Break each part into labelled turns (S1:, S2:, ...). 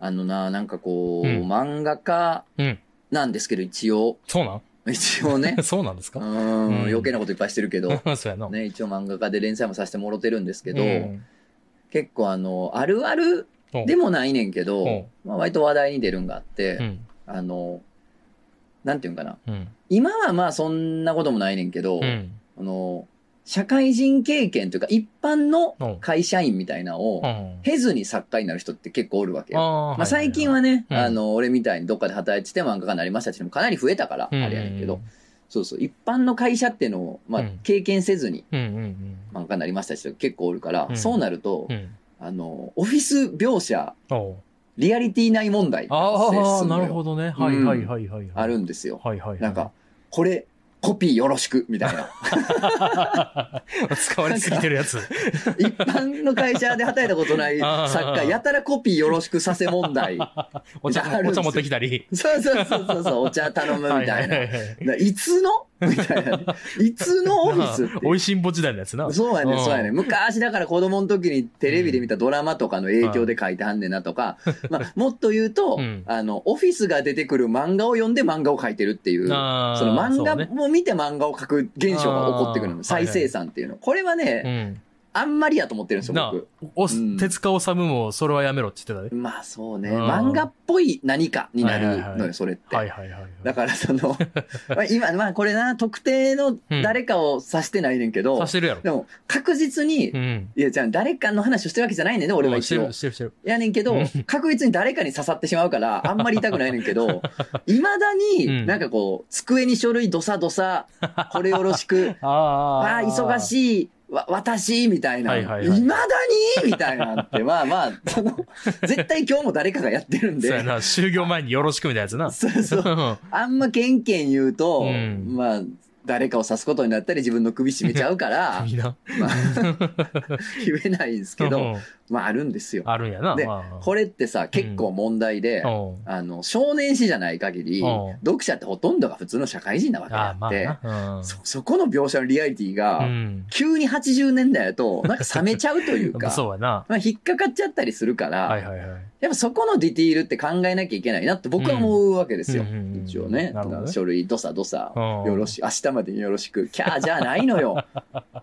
S1: あのな、なんかこう、
S2: うん
S1: 漫画家
S2: うん。
S1: なんですけど、一応。
S2: そうなん。
S1: 一応ね
S2: そうなんです
S1: う
S2: か
S1: ん、
S2: うん
S1: 余計なこといっぱいしてるけど。
S2: そうやな。
S1: ね、一応漫画家で連載もさせてもろてるんですけど、
S2: うん
S1: 結構あの、あるあるでもないねんけ
S2: う
S1: ど
S2: ん、
S1: まあ、割と話題に出るんがあって、
S2: うん。
S1: あの、なんていうんかな。
S2: うん。
S1: 今はまあそんなこともないねんけど、
S2: うん。
S1: あの、社会人経験というか一般の
S2: うん
S1: 会社員みたいなのを
S2: う、ん。
S1: 経ずに作家になる人って結構おるわけ
S2: あ
S1: よ。
S2: ー
S1: まあ、最近はね、
S2: うん
S1: あの、俺みたいにどっかで働いてて漫画家になりましたっていうのもかなり増えたから、あ
S2: いはい
S1: れやねんけど、
S2: うん
S1: そうそう、一般の会社っていうのを、まあ
S2: うん、
S1: 経験せずに
S2: うんうん
S1: 漫画家になりましたって人結構おるから、
S2: うん
S1: そうなると、
S2: うん。うん。
S1: あの、オフィス描写、
S2: おう
S1: リアリティ内問題
S2: ああ、
S1: ん
S2: な
S1: の
S2: る
S1: よ
S2: ほどね。はいはいはいはいはい。
S1: あるんですよ。
S2: はいはいはい。
S1: なんか、これ、コピーよろしく、みたいな。
S2: 使われすぎてるやつ。
S1: 一般の会社で働いたことない作家、やたらコピーよろしくさせ問 題。
S2: お茶
S1: あるん
S2: お
S1: ですよ
S2: 茶持ってきたり。
S1: そうそうそうそうそう、お茶頼むみたいな。
S2: はははいははい
S1: つ のみたいなね。いつのオフィスっ
S2: お
S1: て。
S2: いしんぼ時代のやつな。
S1: そうや
S2: う
S1: ね、
S2: ん
S1: そうやね。昔だから子供の時にテレビで見たドラマとかの影響で書いてはんねんなとか、まあ、もっと言うと、
S2: うん
S1: あの、オフィスが出てくる漫画を読んで漫画を書いてるっていう、そ
S2: あー
S1: の漫
S2: そう
S1: 画
S2: ね
S1: も見て漫画を書く現象が起こってくる
S2: あ
S1: の。
S2: ー
S1: 再生産っていうの。これはね、
S2: うん。
S1: あんまりやと思ってるんです
S2: な
S1: よ、
S2: あ
S1: 僕。、う
S2: お
S1: ん
S2: 手塚治虫もそれはやめろって言ってたね。
S1: まあそうね、
S2: うん
S1: 漫画っぽい何かにな
S2: はい
S1: る
S2: はい
S1: の
S2: は
S1: よ、
S2: い
S1: それって。
S2: はいはいはいはい。
S1: だからそ の、まあ今、まあこれな、特定の誰かを指してないねんけど、
S2: さしてるやろ。
S1: でも確実に、
S2: うん。
S1: いや、じゃあ誰かの話をしてるわけじゃないねんね、俺は
S2: うんして
S1: 一応
S2: る、。してる、してる。
S1: やねんけど
S2: うん、
S1: 確実に誰かに刺さってしまう から、あんまり痛くないねんけど、いまだ
S2: う
S1: に、
S2: ん
S1: なんかこう、机に書類どさどさ、これよろし く、あ
S2: あ
S1: あ、忙
S2: い。
S1: しい、わ、私、みたいな。
S2: はいいはいはい
S1: まだにみたいなって、まあまあ、その、絶対今日も誰かがやってるん
S2: そうや
S1: で。
S2: な、就業前によろしくみたいなやつな。
S1: そうそう。あんまケンケン言うと、
S2: うん
S1: まあ、誰かを刺すことになったり自分の首絞めちゃうから
S2: い、いな。
S1: まあ、言えないんですけ
S2: う
S1: ど、
S2: ん
S1: まああるんですよ。
S2: あるんやな。
S1: で
S2: まあ
S1: これってさ、結構問題で、
S2: うん
S1: あの、少年誌じゃない限り、
S2: うん
S1: 読者ってほとんどが普通の社会人なわけで
S2: ああ、
S1: あ
S2: ま
S1: って、
S2: あな。うん
S1: そ、そこの描写のリアリティが、
S2: うん
S1: 急に80年代だと、なんか冷めちゃうという か、
S2: そうやな。
S1: まあ、引っかかっちゃったりするから、
S2: はいはいはい。
S1: やっぱそこのディティールって考えなきゃいけないなって僕は思うわけですよ。
S2: うんうんうん
S1: 一応ね。
S2: なるほ
S1: だ
S2: どね
S1: から書類、どさどさ、
S2: うん
S1: よろしく、明日までによろしく、キャーじゃないの よ。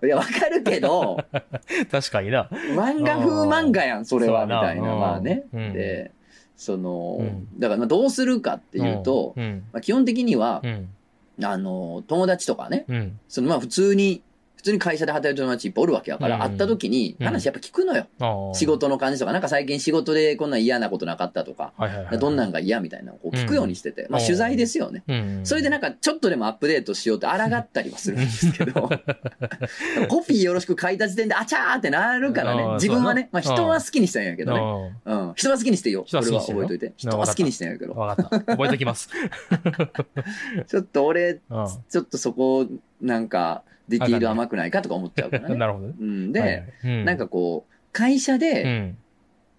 S1: いや、わかるけど、
S2: 確かにな。
S1: 漫画風漫画やん、それは、
S2: そう
S1: み
S2: やな
S1: たいな、
S2: うん
S1: まあね。
S2: うん
S1: で、その、
S2: うん
S1: だからまあどうするかっていうと、
S2: うん、
S1: まあ、基本的には
S2: う、ん、
S1: あの、友達とかね、
S2: うん。
S1: そのまあ普通に、普通に会社で働いてる友達いっぱいおるわけやから、
S2: うん
S1: 会った時に話やっぱ聞くのよ。
S2: ああ
S1: 仕。事の感じとか、なんか最近仕事でこんな嫌なことなかったとか、
S2: はいはいはい。
S1: どんなんが嫌みたいなのをこう聞くようにしてて、まあ
S2: うん
S1: 取材ですよね。
S2: うん。
S1: それでなんかちょっとでもアップデートしようって抗ったりはするんです けど、コピーよろしく書いた時点であちゃーってなるから
S2: あ
S1: ね、
S2: ー
S1: 自分はね、まあ
S2: そうやな
S1: 人は好きにしたんやけどね。
S2: ね。
S1: うん、人は好きにしてよ。
S2: 人は
S1: 俺
S2: 好き
S1: は
S2: にしてよ
S1: 覚えといて。人
S2: な
S1: は好きにしてんやけど。
S2: わかった。覚えておきます。
S1: ちょっと俺、
S2: う
S1: ちょっと そこ、なんか、ディティール甘くないかとか思っちゃうから
S2: ん。
S1: ね。
S2: なるほどね。
S1: うん、
S2: はいは
S1: で、
S2: い、う
S1: なんか、こう、会社
S2: う
S1: で
S2: ん。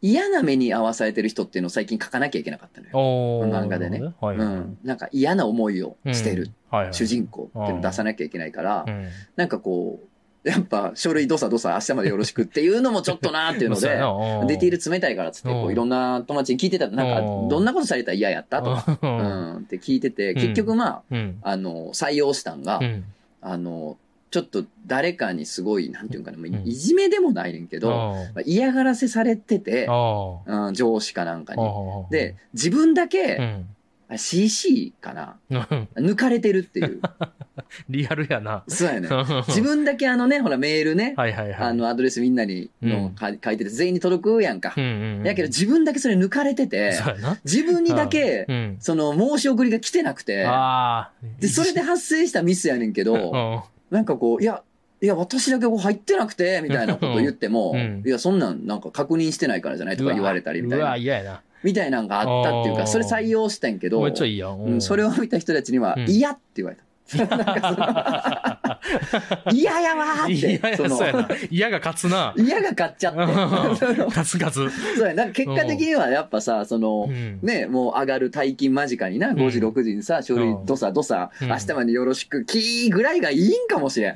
S1: 嫌な目に遭わされてる人っていうのを最近書かなきゃいけなかったのよ。
S2: おー
S1: 漫画でね。
S2: はいは
S1: う
S2: い
S1: ん、なんか嫌な思いをしてる。
S2: うんはいはい
S1: 主人公っていうのを出さなきゃいけないから、
S2: うん
S1: なんかこう、やっぱ書類どさどさ明日までよろしくっていうのもちょっとなーっていうの
S2: そうや
S1: で、
S2: な うん
S1: ディティール冷たいからっつって、こ
S2: う
S1: うんいろんな友達に聞いてたら、なん
S2: う
S1: か
S2: ん
S1: どんなことされたら嫌やったとか、
S2: う。
S1: うんん、って聞いてて、結局ま
S2: うん。
S1: あ、あの、採用したんが
S2: う、ん。
S1: あの、ちょっと誰かにすごい、なんていうんかな、もう
S2: うん
S1: いじめでもないねんけど、
S2: うん
S1: まあ嫌がらせされてて、
S2: あ
S1: うん、上司かなんか
S2: あ
S1: に。
S2: ああ
S1: で、、自分だ
S2: う
S1: け、
S2: ん。
S1: あ CC かな抜かれてるっていう。
S2: リアルやな。
S1: そうやねん。自
S2: 自
S1: 分だけあのね、ほらメールね、
S2: はいはいはい。
S1: あのアドレスみんなに
S2: う
S1: の
S2: ん
S1: か書いてて全員に届くやんか
S2: う。んうんうん、
S1: やけど自分だけそれ抜かれてて、
S2: そうやな。
S1: 自分にだけ
S2: う、ん。
S1: その申し送りが来てなくて、
S2: ああ。
S1: で、それで発生したミスやねんけど、なんかこう、いや、いや、私だけこう入ってなく て、みたいなこと言っても
S2: うん、
S1: いや、そんなんなんか確認してないからじゃないとか言われたりみたいう
S2: わ、う
S1: な
S2: わ、嫌やな。
S1: みたいなんがあったっていう
S2: あ
S1: か、
S2: ー
S1: それ採用してんけど
S2: もう、ちょいいいよ。
S1: うんそれ
S2: を。
S1: を見た人たちには、
S2: うん
S1: 嫌って言われた。なんかその 嫌やわーっ
S2: いや
S1: て、
S2: い
S1: そ
S2: や、
S1: の
S2: そうやな。嫌が勝つ な。
S1: 嫌が勝っちゃって。 その
S2: ガツガツ。
S1: そうや、なんか結果的にはやっぱさ、その、
S2: うん
S1: ね、もう上がる大金間近にな、5時、
S2: うん
S1: 6時にさ、書類
S2: うん
S1: どさどさ、
S2: うん
S1: 明日までよろしく、キーぐらいがいいんかもし れん。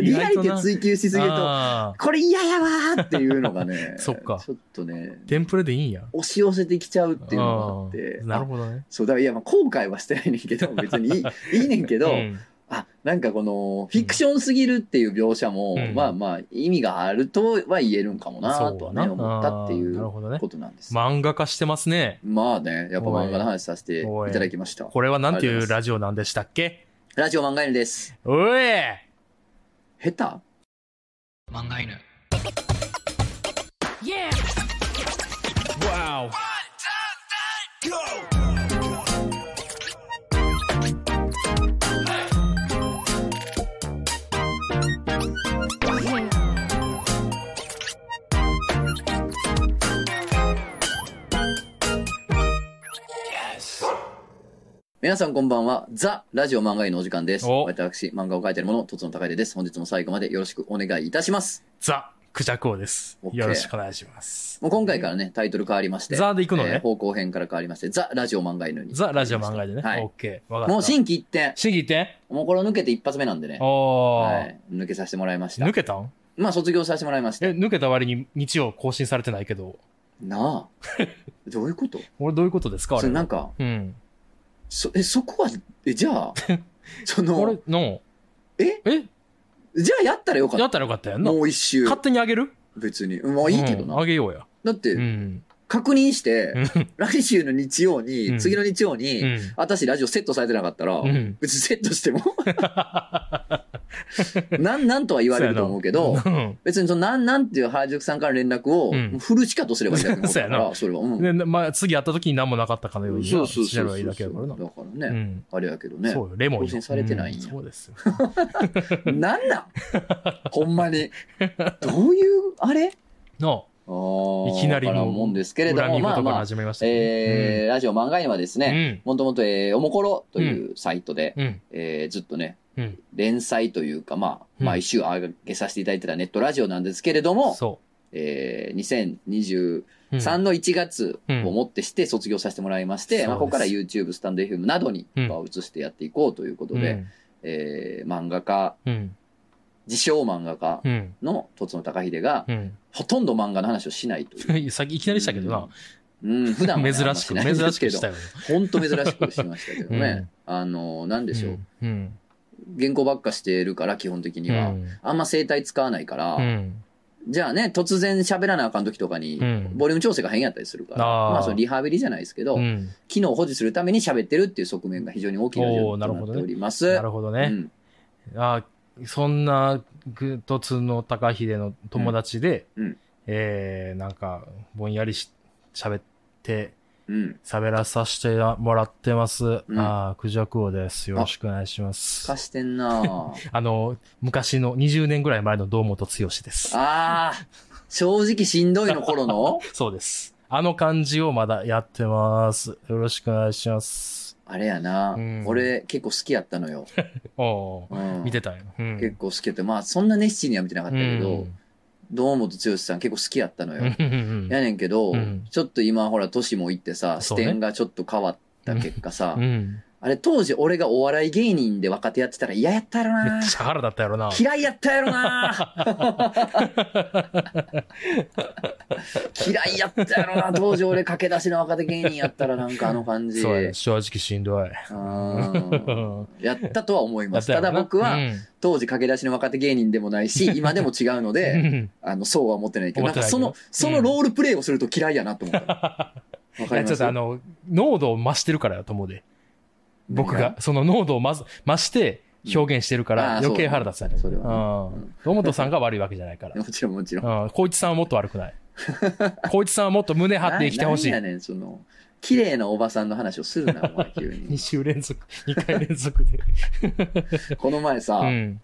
S1: リアリティ追求しすぎると、
S2: ああ。、
S1: これ嫌やわーっていうのがね
S2: そっか
S1: ちょっとね、
S2: テンプレでいいんや。
S1: 押し寄せてきちゃうっていうのがあって
S2: あ。ーなるほどね。
S1: そうだからいやまあ後悔はしてないねんけど別にいいいいねんけど、
S2: うん
S1: あなんかこのフィクションすぎるっていう描写も、
S2: うん
S1: まあまあ意味があるとは言えるんかもなとはね
S2: そうだな
S1: 思ったってい
S2: あー
S1: う
S2: なるほどね
S1: ことなんです。
S2: 漫画化してますね。
S1: まあねやっぱ漫画の話させていただきました。
S2: これはなん
S1: あ
S2: て
S1: りがとうございま
S2: いう
S1: す
S2: ラジオなんでしたっけ
S1: ラジオ漫画犬です。
S2: おい
S1: 下手
S2: 漫画犬。Wow.
S1: 皆さんこんばんは。ザ・ラジオ漫画犬のお時間です。
S2: お
S1: 私、漫画を描いている者、とつの高出です。本日も最後までよろしくお願いいたします。
S2: ザ・クジャクオです。
S1: OK
S2: よろしくお願いします。
S1: もう今回からね、タイトル変わりまして。
S2: ザで行くのね
S1: えー方向編から変わりまして、ザ・ラジオ漫画犬に。
S2: ザ・ラジオ漫画でね。
S1: はい
S2: OK。わかった。
S1: もう心機一転。
S2: 審議行って
S1: もうこれ抜けて一発目なんでね。
S2: お
S1: は
S2: ー。
S1: い、抜けさせてもらいました
S2: 抜。けたん
S1: まあ卒業させてもらいました。
S2: え、抜けた割に日曜更新されてないけど、
S1: なあ。どういうこと
S2: 俺どういうことですかあ
S1: そ
S2: れ
S1: れ。なんか、
S2: うん。
S1: そ、え、そこは、え、じ ゃあ、そ
S2: これ
S1: の、
S2: の、
S1: え
S2: え
S1: じゃあやったらよかっ
S2: や
S1: た。
S2: ったらよかったやんな。
S1: もう一周。
S2: 勝手にあげる
S1: 別に。まあいいけど
S2: うんあ
S1: な。
S2: げようや。
S1: だっ
S2: う
S1: て、
S2: ん。
S1: 確認して
S2: う、ん。
S1: 来週の日曜
S2: う
S1: に、
S2: ん
S1: 次の日曜
S2: う
S1: に、
S2: ん
S1: 私ラジオセットされてなかったら
S2: う、ん。
S1: 別にセット しても、なんなんとは言われると思うけど、
S2: うん
S1: 別にそのなんなんっていう原宿さんから連絡を、
S2: うん
S1: もうフルしかとすればいいだけだ
S2: そ
S1: か
S2: うや
S1: ら、
S2: な
S1: それは。うん。
S2: で、まあ、次会った時に何もなかったかのように、
S1: そうそう
S2: 調
S1: そうそ
S2: べば
S1: う
S2: いいだけだからな。
S1: だから
S2: う
S1: ね、
S2: ん。
S1: あれやけどね
S2: そうよ、レモンよ。
S1: 更新されてないんや
S2: うんそうですよ。
S1: なんなんほんまにどういうあれ
S2: の、い
S1: い
S2: きなり
S1: の
S2: もう
S1: もんですけれど
S2: 恨
S1: も
S2: み
S1: まあ
S2: 事から
S1: まあ
S2: 始まりました
S1: え
S2: ね。
S1: ーラジオ漫画にはですね、もともと、えーおもころというサイトで、
S2: うん。うん。
S1: えーずっとね、
S2: うん
S1: 連載というか、まあ、
S2: うん
S1: 毎週上げさせていただいてたネットラジオなんですけれど
S2: うん。
S1: も、
S2: そ
S1: えー2023
S2: う。うん
S1: の1月を
S2: うん
S1: もってして卒業させてもらいまして、
S2: そうです
S1: まあ、ここから YouTube、スタンド FM などに、
S2: うん
S1: まあ移してやっていこうということで、えー漫画家、
S2: うん。
S1: 自称漫画家
S2: うん。
S1: のとつの高秀が、
S2: うん。
S1: ほとんど漫画の話をしないという。
S2: うん。さっきいきなりしたけどな。
S1: うん、普段はね
S2: 珍しく、
S1: あんまないんで
S2: 珍
S1: す
S2: し
S1: け
S2: く
S1: ど
S2: したよね。
S1: ほんと珍しくしましたけどね。あの、なんでしょう。
S2: うん。
S1: 原稿ばっかしてるから、基本的には。
S2: うん
S1: あんま声帯使わないから、
S2: うん。
S1: じゃあね、突然喋らなあかん時とかに、
S2: うん
S1: ボリューム調整が変やったりするから、
S2: あー
S1: まあそのリハビリじゃないですけど、
S2: うん。
S1: 機能を保持するために喋ってるっていう側面が非常に大きな
S2: お
S1: 重
S2: ー
S1: 要
S2: な
S1: と
S2: る
S1: なっ
S2: ほ
S1: て
S2: どね
S1: おります。
S2: なるほどね。
S1: うん
S2: あそんなグトツの高秀の友達で、
S1: うんうん
S2: えー、なんかぼんやりし喋って
S1: うん。
S2: 喋らさせてもらってます、
S1: うん
S2: ああクジャクオですよろしくお願いしますあ
S1: 貸してんな あ
S2: の昔の20年ぐらい前の堂本剛です
S1: あー、正直しんどいの頃 の
S2: そうですあの感じをまだやってますよろしくお願いします
S1: あれやな、
S2: うん
S1: 俺結構好きやったのよ。う
S2: おー
S1: ん
S2: 見てたよ、うん、
S1: 結構好きやった。まあそんな熱心には見てなかったけど、堂本剛さん結構好きやったの
S2: うん
S1: よ。
S2: うんうん
S1: やねんけど、
S2: うん
S1: ちょっと今ほら年もいってさ、視
S2: そうね
S1: 点がちょっと変わった結果さ、
S2: うんうん
S1: あれ当時俺がお笑い芸人で若手やってたら嫌やったやろ
S2: め
S1: な
S2: っちゃ腹立ったやろな
S1: 嫌いやったやろ な 嫌いやったやろな当時俺駆け出しの若手芸人やったらなんかあの感じ。
S2: そうやね正直しんどい
S1: うん
S2: うん
S1: やったとは思います。
S2: や
S1: た
S2: ったや
S1: だ
S2: ろな
S1: 僕
S2: う
S1: は
S2: ん
S1: 当時駆け出しの若手芸人でもない し、今でも違うの
S2: う
S1: で、
S2: ん
S1: あの、そうは思ってないけど、
S2: 思
S1: なん
S2: って
S1: か
S2: ないけ
S1: そ
S2: ど
S1: の、そのロールプレイをすると嫌いやなと 思った。わ
S2: い
S1: かり
S2: や
S1: ま
S2: ちょっ
S1: す
S2: とあの濃度を増してるからやと思うで僕
S1: 何
S2: がその濃度をまず増して表現してるか
S1: うんあ
S2: ら
S1: あ
S2: 余計腹立つやね
S1: そうだねそれはね
S2: う
S1: うん
S2: 堂本さんが悪いわけじゃないから
S1: もちろんもちろん。
S2: うん光一さんはもっと悪くない 光一さんはもっと胸張って生きてほしい
S1: ななんやねん、その、綺麗なおばさんの話をするな、お 前急
S2: 2
S1: に。
S2: 週連続2回連続 で
S1: この前さ、
S2: うん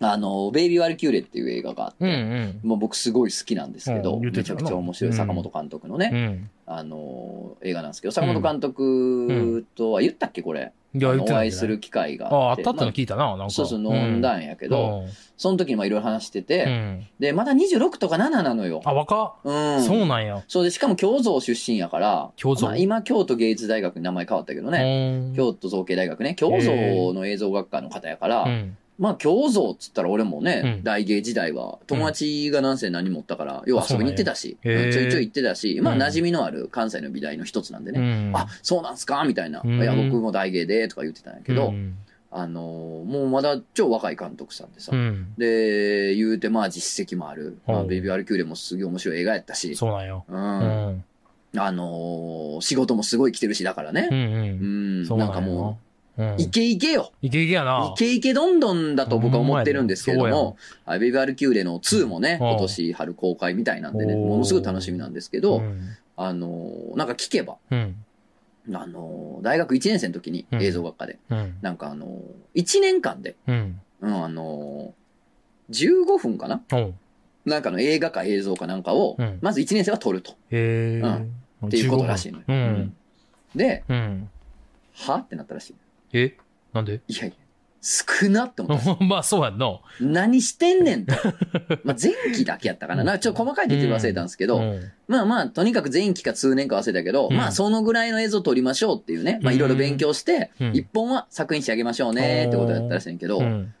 S1: あの、ベイビー・ワルキューレっていう映画があっ
S2: うんう
S1: て、
S2: ん
S1: もう僕すごい好きなんですけど、
S2: うん言
S1: め
S2: って
S1: ち
S2: た
S1: ゃ
S2: よな
S1: くちゃ面白い坂本監督の
S2: う
S1: ね、
S2: ん
S1: あの、映画なんですけど、坂本監督とは言ったっけ、これ。
S2: いや、言って
S1: お
S2: た
S1: 会
S2: ん
S1: い
S2: じゃ
S1: す
S2: ない
S1: る機会が
S2: ああ、
S1: あ
S2: あ
S1: っ
S2: ってたって
S1: ま
S2: の聞いたな、なん
S1: あ
S2: か。
S1: そうそう飲んだんやけ
S2: け
S1: ど、、その時にもいろいろ話してて、
S2: うんうん
S1: でまだ26とか7なのよ
S2: あ、若っ
S1: うん
S2: そうなんや。
S1: そうでしかも京造出身やから
S2: 京造
S1: まあ今京都芸術大学に名前変わったけどね、
S2: ね
S1: 京都造形大学ね京造の映像学科の方やから、
S2: うん。
S1: まあ京造っつったら俺もね、
S2: うん
S1: 大芸時代は友達が何せ何持ったから、要は遊びに行ってたし、
S2: そうなんやへー
S1: ちょいちょい行ってたしまあ
S2: うん
S1: 馴染みのある関西の美大の一つなんで
S2: う
S1: ね、
S2: ん。
S1: あそうなんすかみたいな、
S2: うん
S1: いや僕も大芸でとか言ってたんやけど、
S2: うん
S1: あのーもうまだ超若い監督さんでさ、
S2: うん。
S1: で言うてまあ実績もある、ま
S2: う
S1: あ、
S2: ん
S1: ベイビー・アル・キューレもすげえ面白い映画やったし、
S2: そうなんや。
S1: う
S2: うんん。
S1: あのー仕事もすごい来てるしだからね
S2: う、ん
S1: う
S2: うん。
S1: ん
S2: そう
S1: なんかも
S2: う。
S1: うんイ
S2: い
S1: ケイケよ
S2: けいけやな
S1: イ。ケイケどんどんだと僕は思ってるんですけれども、アビバルキューレの2もね、
S2: うん
S1: 今年春公開みたいなんでね、
S2: おー
S1: ものすごい楽しみなんですけ
S2: う
S1: ど、
S2: ん。
S1: あのーなんか聞けば、
S2: うん。
S1: あのー大学1年生の時に
S2: うん
S1: 映像学科で、
S2: うん。
S1: なんかあのー、1年間で、
S2: うん。
S1: うん、あのー15分かな
S2: うん。
S1: なんかの映画か映像かなんかを、
S2: うん
S1: まず1年生は撮ると。
S2: へ
S1: う
S2: え。
S1: っていうことらしいのよ。
S2: うん
S1: うんで、
S2: 15分。うん。
S1: はってなったらしい。
S2: えなんで
S1: いやいや、少なって思った。
S2: まあ、そうやんな。
S1: 何してんね んと。まあ前期だけやったかな。なんかちょっと細かいディテール忘れたんですけど、
S2: うん
S1: まあまあ、とにかく前期か通年か忘れたけど、
S2: うん
S1: まあそのぐらいの映像撮りましょうっていうね、まあいろいろ勉強して、
S2: うん
S1: 一本は作品仕上げましょうねってことだったらしいんやけど、
S2: うん。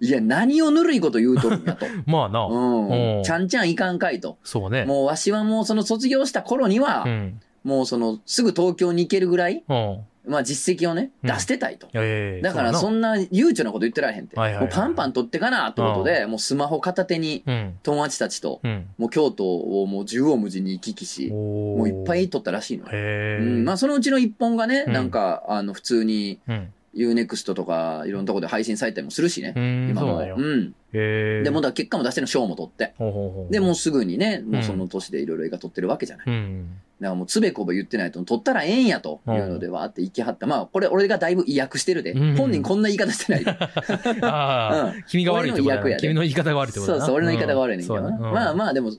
S1: いや、何をぬるいこと言うとるんやと。
S2: まあな。
S1: う。
S2: うんん
S1: ちゃんちゃんいかんかいと。
S2: そうね。
S1: もうわしはもうその卒業した頃には
S2: う、ん。
S1: もうそのすぐ東京に行けるぐらい、
S2: うん。
S1: まあ実績をね、
S2: うん
S1: 出してたいと。
S2: ええ。
S1: だからそ
S2: ん
S1: んな悠長なこと言ってられへんって。
S2: はいはい
S1: も
S2: は
S1: う
S2: い
S1: パンパン取ってかなってことで、もうスマホ片手に
S2: うん。
S1: 友達たちと、
S2: うん。
S1: もう京都をもう縦横無尽に行き来し、
S2: おー
S1: もういっぱい。撮ったらしいのよ。
S2: へ
S1: う
S2: え。
S1: ん、まあそのうちの一本がね、
S2: うん
S1: なんか、あの、普通に
S2: うん。
S1: Unext とかいろんなとこで配信されたりもするしね
S2: う。ん。
S1: 今
S2: そう
S1: も。
S2: なんよ
S1: う。ん。
S2: へえ。
S1: で、もうだから結果も出しての賞も取って。
S2: ほうほうほう、
S1: で、もうすぐにね、もうその年でいろいろ映画撮ってるわけじゃない。
S2: うん。
S1: だからもうつべこべ言ってないと、取ったらええんやというので、わーって行きはった。まあ、これ俺がだいぶ威訳してるで。
S2: うん
S1: 本人こんな言い方してないで。
S2: ああ、
S1: うん
S2: 君が悪いってことだ
S1: 俺の役やで
S2: な君の言い方が悪いってこ
S1: そ
S2: とだ
S1: う
S2: な。
S1: そう、俺の言い方が悪いねんけ
S2: そう
S1: ど
S2: や
S1: な。
S2: な
S1: まあ
S2: あ。
S1: まあ、でも、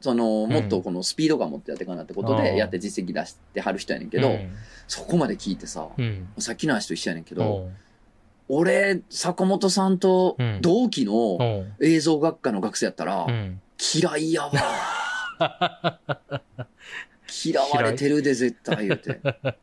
S1: その、もっとこのスピード感持ってやっていかなってこと
S2: う
S1: で、
S2: ん
S1: やって実績出してはる人やねんけど、そこまで聞いてさ、
S2: うん。うん。
S1: さっきの話と一緒やねんけ
S2: う
S1: ど、
S2: ん
S1: 俺、坂本さんと
S2: うん
S1: 同期
S2: う
S1: の
S2: ん。
S1: 映像学科の学生やったら
S2: う、ん。
S1: 嫌い やわ。嫌われてるで、絶対言うて。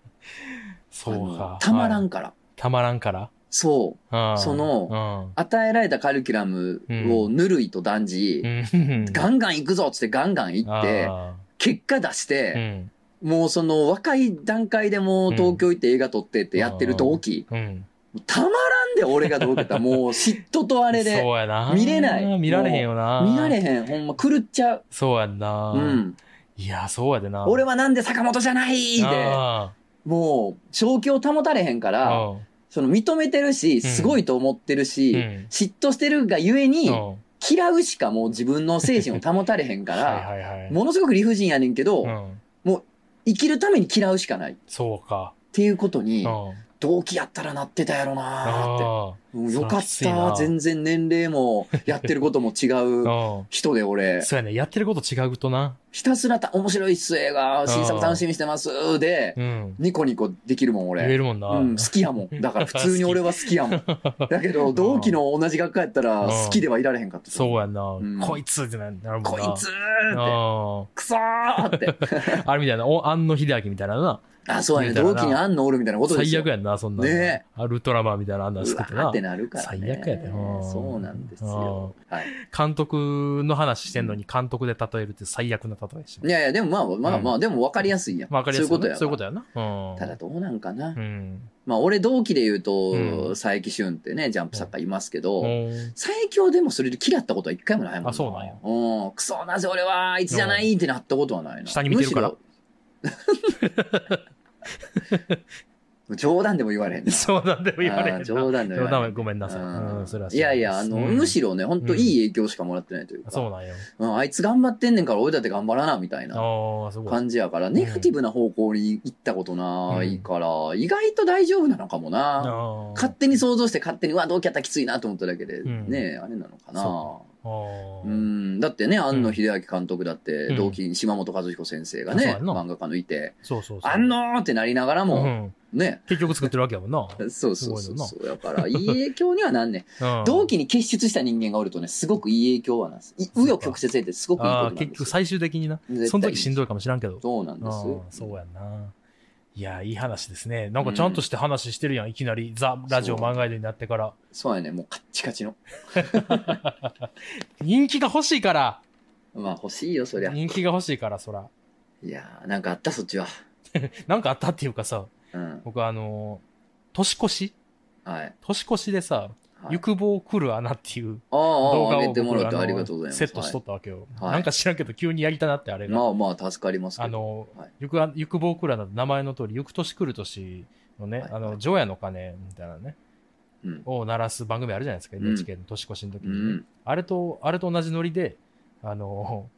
S2: そう
S1: あの。
S2: か
S1: たまら
S2: はい。
S1: んから。
S2: たまらんから。
S1: そう。
S2: うん
S1: その、与えられたカリキュラムをぬるいと断じ、
S2: うん。うん
S1: ガンガン行くぞっつってガンガン行って、
S2: あ
S1: 結果出し
S2: ー
S1: て、
S2: うん。
S1: もうその若い段階でもう東京行って映画撮ってってやってる同期、
S2: うん。
S1: たまらんで俺がどうけ たもう嫉妬とあれで、
S2: そうやな。
S1: 見れない
S2: 見られへんよな。
S1: 見られへん、ほんま狂っちゃう。
S2: そうやんな。
S1: うん。
S2: いや、そうやでな。
S1: 俺
S2: は
S1: はなんで坂本じゃないで、もう正気を保たれへんから、その認めてるし、すごいと思ってるし、
S2: うん
S1: 嫉妬してるがゆえ
S2: う
S1: に、
S2: ん。
S1: 嫌うしかもう自分の精神を保たれへんから、
S2: はいはいはい。
S1: ものすごく理不尽やねんけど、
S2: うん。
S1: 生きるために嫌うしかないっ
S2: そうか。
S1: ていうこと
S2: う
S1: に、
S2: ん。
S1: 同期やったらなってたやろなーって。
S2: あ
S1: うんよかっ
S2: それはきつい
S1: た
S2: な
S1: 全然年齢 もやってることも違
S2: あ。
S1: う
S2: うん。
S1: 人で俺
S2: そうやね。やってること違うとな。
S1: ひたすらた面白いっす映画新作楽しみにしてますで
S2: うん。
S1: ニコニコできるもん
S2: 言え
S1: 俺、
S2: るもんな。
S1: うん、好きやもん だから普通に俺は好きやもんだけど同期の同じ学科やったら
S2: うん
S1: 好きではいられへんかった
S2: そう
S1: や
S2: やんな。
S1: ん
S2: こいつってななるもん
S1: こ
S2: な。
S1: いつーって
S2: あ
S1: クソーって
S2: あれみたいな、お庵野秀明みたいなな。
S1: あそうやね
S2: 言う
S1: 同
S2: たらな
S1: 期にあんのおるみたいなことです
S2: 最
S1: よ
S2: 悪やんな、そんな。
S1: ね
S2: アルトラマンみたいなあんなん
S1: う
S2: 作
S1: わ
S2: って
S1: ー
S2: な
S1: って。なるから、ね、
S2: 最悪やでうん
S1: そうなんですよ、はい、
S2: 監督の話してんのに監督で例えるって最悪な例えやし
S1: い。やいやでもまあまあまあ、でも分かりやすいやん、
S2: わかりやすい
S1: そういうこと
S2: ね
S1: やわ
S2: そういうことやな。うん。
S1: ただどうなんかな、
S2: うん。
S1: まあ俺同期で言うと、
S2: うん
S1: 佐伯俊ってね、ジャンプ作家いますけ
S2: う
S1: ど、
S2: ん
S1: 佐伯をでもそれで嫌ったことは一回もないもん
S2: あそうなんや
S1: うん。クソ、なぜ俺はあいつじゃないってなったことはないな。
S2: 下に見てるから
S1: む しろ。冗談でも言われへんね。
S2: 冗談でも言われへん
S1: あー
S2: な。
S1: 冗談でも言
S2: 冗
S1: わ
S2: 談
S1: れへ
S2: は
S1: ん。
S2: ごめんなさい。
S1: うん
S2: うん、それはそう
S1: いやいや、あの、
S2: うん
S1: むしろね、本当いい影響しかもらってないというか、
S2: そうなんよ。
S1: うんあいつ頑張ってんねんから俺だって頑張らな、みたいな
S2: ああ、すごい。
S1: 感じやから、ネガティブな方向に行ったことないから、意外と大丈夫なのかもな。
S2: あー
S1: 勝手に想像して勝手にうわ同期やったらきついなと思っただけで、
S2: うん
S1: ねえあれなのかな
S2: そあー
S1: うん、だってね、庵野秀明監督だって、
S2: うん
S1: 同期に島本和彦先生が
S2: そう
S1: ね
S2: や、んな
S1: 漫画家のいて、
S2: そうそうそう。
S1: あんのーってなりながら
S2: う
S1: も、
S2: ん、
S1: ね、
S2: 結局作ってるわけやもんな。
S1: そうそうそうそ
S2: す
S1: う。だから、いい影響にはなんねん。
S2: うん
S1: 同期に結出した人間がおるとね、すごくいい影響はなんです。い紆余曲折ってすごくいいこ
S2: あ
S1: とな
S2: あ
S1: ん
S2: ー、
S1: です
S2: 結局最終的にな。
S1: 絶対
S2: その時しんどいかもしらんけど。
S1: そうなんで
S2: あ
S1: す。
S2: ーそうやんな。いや、いい話ですね。なんかちゃんとして話してるやん、いきなり。ザ・ラジオ漫画犬になってから。
S1: そうやね、もうカッチカチの。
S2: 人気が欲しいから。
S1: まあ欲しいよ、そりゃ。
S2: 人気が欲しいから、そら。
S1: いやー、なんかあった、そっちは。
S2: なんかあったっていうかさ、
S1: うん。
S2: 僕あのー年越し
S1: はい。はい
S2: 年越しでさ、
S1: あー
S2: 欲望来る穴っていう
S1: あ
S2: 動画
S1: ー、あ
S2: を
S1: げてもらっ
S2: 僕
S1: て
S2: の
S1: ありがとうございます。
S2: セットしとったわけよ。
S1: はい
S2: なんか知らんけど、急にやりたなって、あれ
S1: はい
S2: が。
S1: まあまあ、助かりますけど。
S2: あの、
S1: はい
S2: ゆくあ欲望クラの名前の通り、ゆく年来る年のね、
S1: はい
S2: あの、除夜の鐘みたいなね、
S1: うん。
S2: を鳴らす番組あるじゃないですか、
S1: うん
S2: NHK の年越しの時
S1: う
S2: に、ね
S1: ん。
S2: あれと、あれと同じノリで、あの、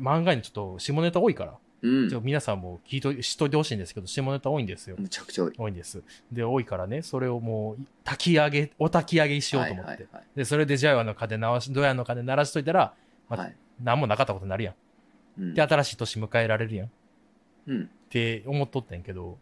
S2: 漫画にちょっと下ネタ多いから、
S1: うん
S2: ちょ。皆さんも聞いと、知っといてほしいんですけど、下ネタ多いんですよ。
S1: むちゃくちゃ多い。
S2: 多いんです。で、多いからね、それをもう、炊き上げ、お炊き上げしようと思って。
S1: はいはいはい
S2: で、それで、除夜の鐘鳴らし、ドヤの鐘鳴らしといたら、まあ
S1: はい
S2: 何もなかったことになるやん。
S1: うん
S2: で、新しい年迎えられるやん。
S1: うん。
S2: って思っとってんけど、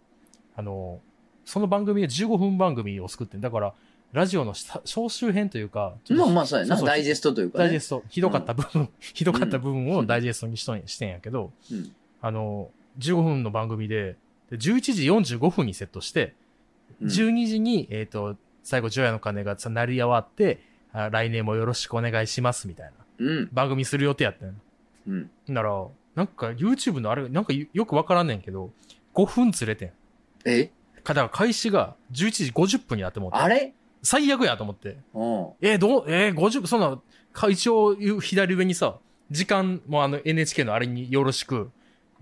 S2: あの、その番組は15分番組を作ってん。だから、ラジオのさ総集編というか、ちょっ
S1: まあ
S2: と
S1: まあ、そうやな。
S2: そうそう
S1: ダイジェストというかね。
S2: ダイジェスト、ひどかった部分、 ひどかった部分をダイジェストにしとんしてんやけど、
S1: うん
S2: あの、15分の番組で、で11時45分にセットして、
S1: うん
S2: 12時に、えっ、と、最後、ジョヤの鐘がさ鳴り終わって、あ来年もよろしくお願いします、みたいな。
S1: うん。
S2: 番組する予定やってん。
S1: うん。
S2: なら、なんか YouTube のあれ、なんかよよくわからんねんけど、5分ずれてん。
S1: え
S2: か、だから開始が11時50分になってもうて
S1: あれ
S2: 最悪やと思って。
S1: うん。
S2: えーどう、えー、50、そんな、か一応、ゆ左上にさ、時間もあの NHK のあれによろしく、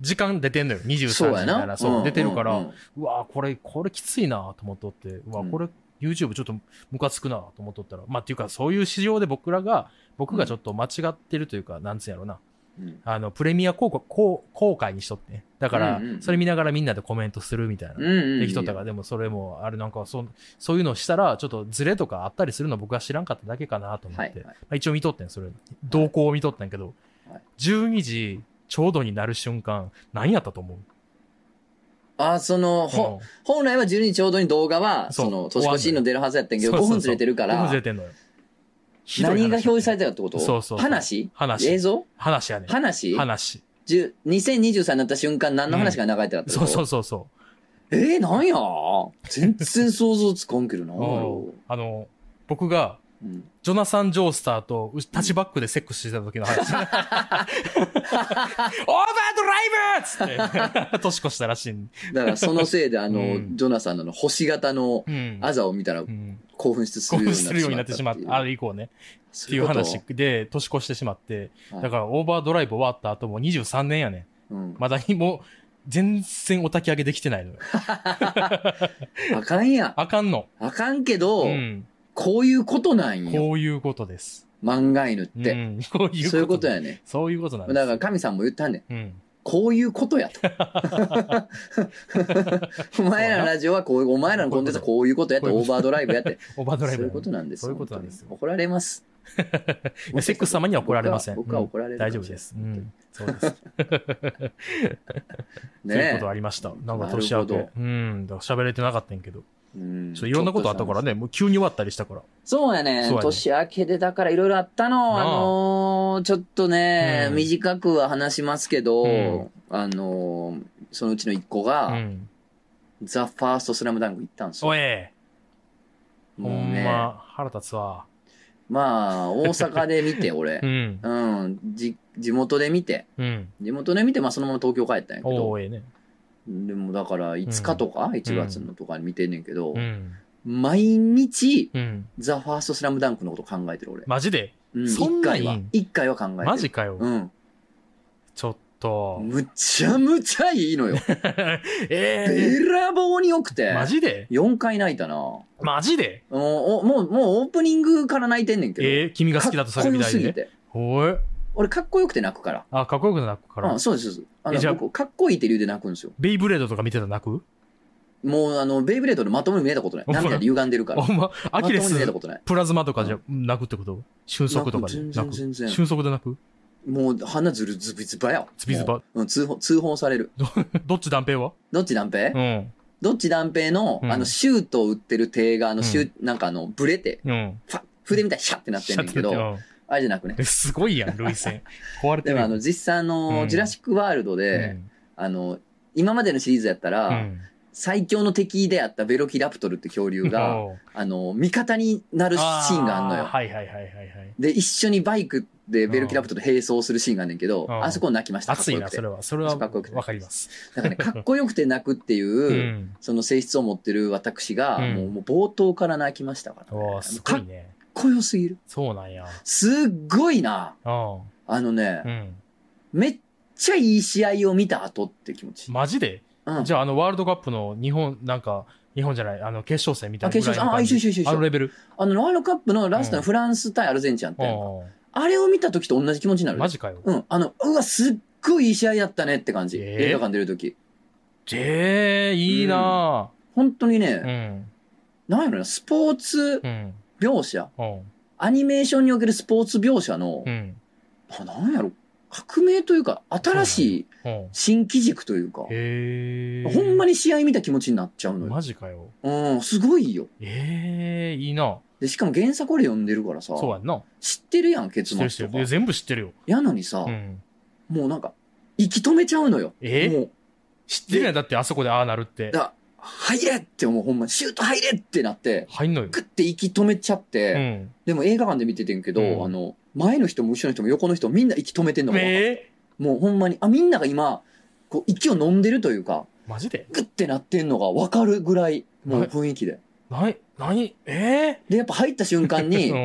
S2: 時間出てんのよ。23時
S1: そう
S2: みた
S1: や
S2: い
S1: な。
S2: な、そう、
S1: ん
S2: 出てるから、う
S1: うんうん
S2: わーこれ、これきついなと思っとって、うわ
S1: うん
S2: これ、YouTube ちょっとムカつくなと思っとったら、まあ、っていうか、そういう市場で僕らが、僕がちょっと間違ってるというか、なんつうんやろうな。
S1: うん
S2: あの、プレミア広告、こう公開にしとって。だから、
S1: うんうんうん
S2: それ見ながらみんなでコメントするみたいな。
S1: うんうん。
S2: できとったから、でもそれも、あれなんかそ、そういうのをしたら、ちょっとズレとかあったりするの僕は知らんかっただけかなと思
S1: は
S2: っ
S1: い
S2: て、
S1: はい。
S2: まあ、一応見とってん、それ。動向を見とったんやけど、
S1: はい
S2: 12時ちょうどになる瞬間、何やったと思う
S1: あ、その、ほ、
S2: うん
S1: 本来は12時ちょうどに動画は、
S2: そう
S1: その、年越しの出るはずやったんやけど、
S2: そう
S1: 5
S2: そうそう
S1: 分ずれてるか
S2: 僕
S1: ら
S2: ず、れてんのよ。ひどい話
S1: 何が表示されてたってこと
S2: そうそうそう
S1: 話映
S2: 話。
S1: 像
S2: 話やねん。
S1: 話
S2: 話。
S1: じゅ ?2023 になった瞬間、何の話が流れてたってこと。
S2: そうそううそうそ
S1: えー、なんや全然想像つかんけどな。
S2: う。うんあの、僕が、
S1: うん
S2: ジョナサン・ジョースターとうタッチバックでセックスしてた時の 話。オー バードライブーっつって、 年越したらしいん。
S1: だから、そのせいで、あ
S2: う
S1: の、
S2: ん
S1: ジョナサンのあの星型の
S2: うん。
S1: あざを見たら
S2: うん。
S1: 興奮す
S2: 興
S1: るようにな
S2: 奮
S1: ってしまった
S2: するようになってしまった。あれ以降ね。っ
S1: そ
S2: ていう話で、年越してしまって。
S1: はい
S2: だから、オーバードライブ終わった後も23年やね。
S1: うん
S2: まだにも、全然お焚き上げできてないのよ。
S1: あかんや。
S2: あかんの。
S1: あかんけど、
S2: うん。
S1: こういうことなんよ。
S2: こういうことです。
S1: 漫画犬っ
S2: う
S1: て。
S2: ん。こういうこと。
S1: そういうこと。やね。
S2: そういうことなん
S1: だ
S2: です。
S1: から、神さんも言ったんね。
S2: うん。
S1: こういうことや と。お前らのラジオはこういう、お前らのコンテンツはこういうことやって、
S2: こういう
S1: オ
S2: こ
S1: ーバ
S2: と
S1: ードライブやって。
S2: オーバー
S1: そ
S2: ド
S1: う
S2: ライ
S1: い
S2: ブや
S1: う
S2: ね。
S1: ことなんです。
S2: そういうことなんです
S1: 本当に怒られます。
S2: いやセックス様には怒られません。
S1: 僕は
S2: うん
S1: 僕は怒られるかも
S2: 大
S1: しれない
S2: 丈夫です。うん。そうです。というこ
S1: ね
S2: とありました。なんか年明
S1: なる
S2: け。うん。だから喋れてなかったんやけど。ち
S1: えう
S2: ょ
S1: ん
S2: っといろんなことあったからね。もう急に終わったりしたから。
S1: そうやね
S2: そうやね
S1: 年明けでだからいろいろあったの。
S2: なあ
S1: あのーちょっとね、
S2: うん
S1: 短くは話しますけど、
S2: うん
S1: あのーそのうちの一個が、
S2: うん。
S1: ザ・ファースト・スラムダンク行ったんですよ
S2: お。えほ
S1: もうんね、ま
S2: ま腹立つわ。
S1: あ、大阪で見 て、俺
S2: う。ん。
S1: うん、じ、地元で見て。
S2: うん。
S1: 地元で見て、まあそのまま東京帰ったんやけ
S2: お
S1: ど。
S2: ーええね。
S1: でもだから5日とか、1月のとかに見てんねんけど、
S2: うん。
S1: 毎日、
S2: うん。
S1: ザ・ファースト・スラムダンクのこと考えてる俺。
S2: マジで
S1: うん、
S2: そ
S1: 1
S2: んなん
S1: 回は。1回は考えてる。
S2: マジかよ。
S1: うん。
S2: ちょっと。
S1: むちゃむちゃいいの よ。
S2: え
S1: べらぼうに良く
S2: え
S1: て。
S2: マジで
S1: ?4 回泣いたな。も
S2: マジで
S1: う、おもう、もうオープニングから泣いてんねんけど。
S2: ええ君が好きだとされるみ
S1: か
S2: た
S1: っこよ
S2: い
S1: す
S2: で
S1: ぎ
S2: ね。
S1: て。
S2: おえ。
S1: 俺かっこよくて泣くから。
S2: あ、かっこよくなく
S1: う
S2: から
S1: ん、。そうです。そうですあ
S2: えじゃあ
S1: の、僕、かっこいいって理由で泣くんですよ。
S2: ベイブレードとか見てたら泣く
S1: もうあの、ベイブレードでまともに見えたことない。
S2: ほんま
S1: 涙で歪んでるから。
S2: お前、ア
S1: まとも
S2: キレ
S1: に見えた
S2: ス、
S1: ことない。
S2: プラズマとかじゃなくってこと瞬足とかで
S1: 全
S2: な
S1: 然
S2: く。
S1: 全然。
S2: 瞬足でなく
S1: もう鼻ずるずびずばやわ。
S2: ズビズ
S1: も
S2: バ。
S1: う。うん、通報、通報される。
S2: どっち断片は
S1: どっち断平
S2: うん。
S1: どっち断平の、
S2: うん
S1: あの、シュートを打ってる手が、あの、シューなんかあの、ブレて、
S2: うん。
S1: ファ筆みたいにシャッってなってんねんけ
S2: シャ
S1: ど、
S2: ッて
S1: あれじゃなくね
S2: う。んすごいやん、涙腺。壊れて
S1: で
S2: る
S1: も
S2: や
S1: あ
S2: ん。
S1: の、実際あの、
S2: うん
S1: ジュラシックワールド
S2: う
S1: で、
S2: ん
S1: あの、今までのシリーズやったら、
S2: うん
S1: 最強の敵であったベロキラプトルって恐竜が、
S2: おう
S1: あの、味方になるシーンがあんの
S2: ー
S1: よ。
S2: はいはいはいはいはい。
S1: で、一緒にバイクでベロキラプトルと並走するシーンがあんねんけど、
S2: うん
S1: あそこ泣きました。かっこ
S2: 熱い
S1: よ
S2: な、
S1: くて
S2: それ。は。それは、
S1: かっこよくて
S2: わかります。
S1: なんかね、かっこよくて泣くっていう、
S2: うん。
S1: その性質を持ってる私が、
S2: うん
S1: もうもう冒頭から泣きましたから、
S2: おーすごいね。
S1: かっこよすぎる。
S2: そうなんや。
S1: すっごいな。
S2: うん。
S1: あのね
S2: う、ん。
S1: めっちゃいい試合を見た後って気持ち。
S2: マジで
S1: うん
S2: じゃあ、あの、ワールドカップの日本、なんか、日本じゃない、あの、決勝戦みたい
S1: あ
S2: なぐ
S1: 決
S2: らい
S1: 勝
S2: の
S1: 戦、あ、一
S2: 感
S1: 緒
S2: じ。
S1: 一緒一緒一
S2: あの
S1: 緒。
S2: レベル
S1: あの、ワールドカップのラスト
S2: う
S1: の
S2: ん
S1: フランス対アルゼンチンやってん、
S2: おー
S1: あれを見た時と同じ気持ちになる。
S2: マジかよ。
S1: うん。あの、うわ、すっごいいい試合やったねって感じ。
S2: えー
S1: 映画館出る時。
S2: えー、いいな
S1: 本当に
S2: ぁ。
S1: ね、
S2: うん。
S1: なんやろな、スポーツ
S2: うん。
S1: 描写、
S2: うん。
S1: アニメーションにおけるスポーツ描写の、
S2: うん。
S1: あなんやろ、革命というか、新しい
S2: うん。
S1: 新機軸というか、
S2: えー。
S1: ほんまに試合見た気持ちになっちゃうのよ。
S2: マジかよ。
S1: うん、すごいよ。
S2: ええいいな。
S1: で、しかも原作俺読んでるからさ、
S2: そうやんな。
S1: 知ってるやん、
S2: 知
S1: 結
S2: ってる知
S1: 末
S2: っ
S1: と
S2: て
S1: か
S2: る。。全部知ってるよ。
S1: やのにさ、
S2: うん。
S1: もうなんか、息止めちゃうのよ。
S2: え
S1: もう、
S2: 知ってるやん。だってあそこでああなるって。
S1: だ入れって思う、ほんまに、シュート入れってなって、
S2: 入んのよ。
S1: グッて息止めちゃっ
S2: う
S1: て、
S2: ん。
S1: でも映画館で見ててんけど、
S2: うん
S1: あの、前の人も後ろの人も横の人もみんな息止めてんのも、
S2: え
S1: もうほんまに、あ、みんなが今、こう、息を飲んでるというか、
S2: ー、マジで
S1: グッてなってんのが分かるぐらい、もう雰囲気で。
S2: ない、ない、え
S1: で、やっぱ入った瞬間
S2: え
S1: に、
S2: うん。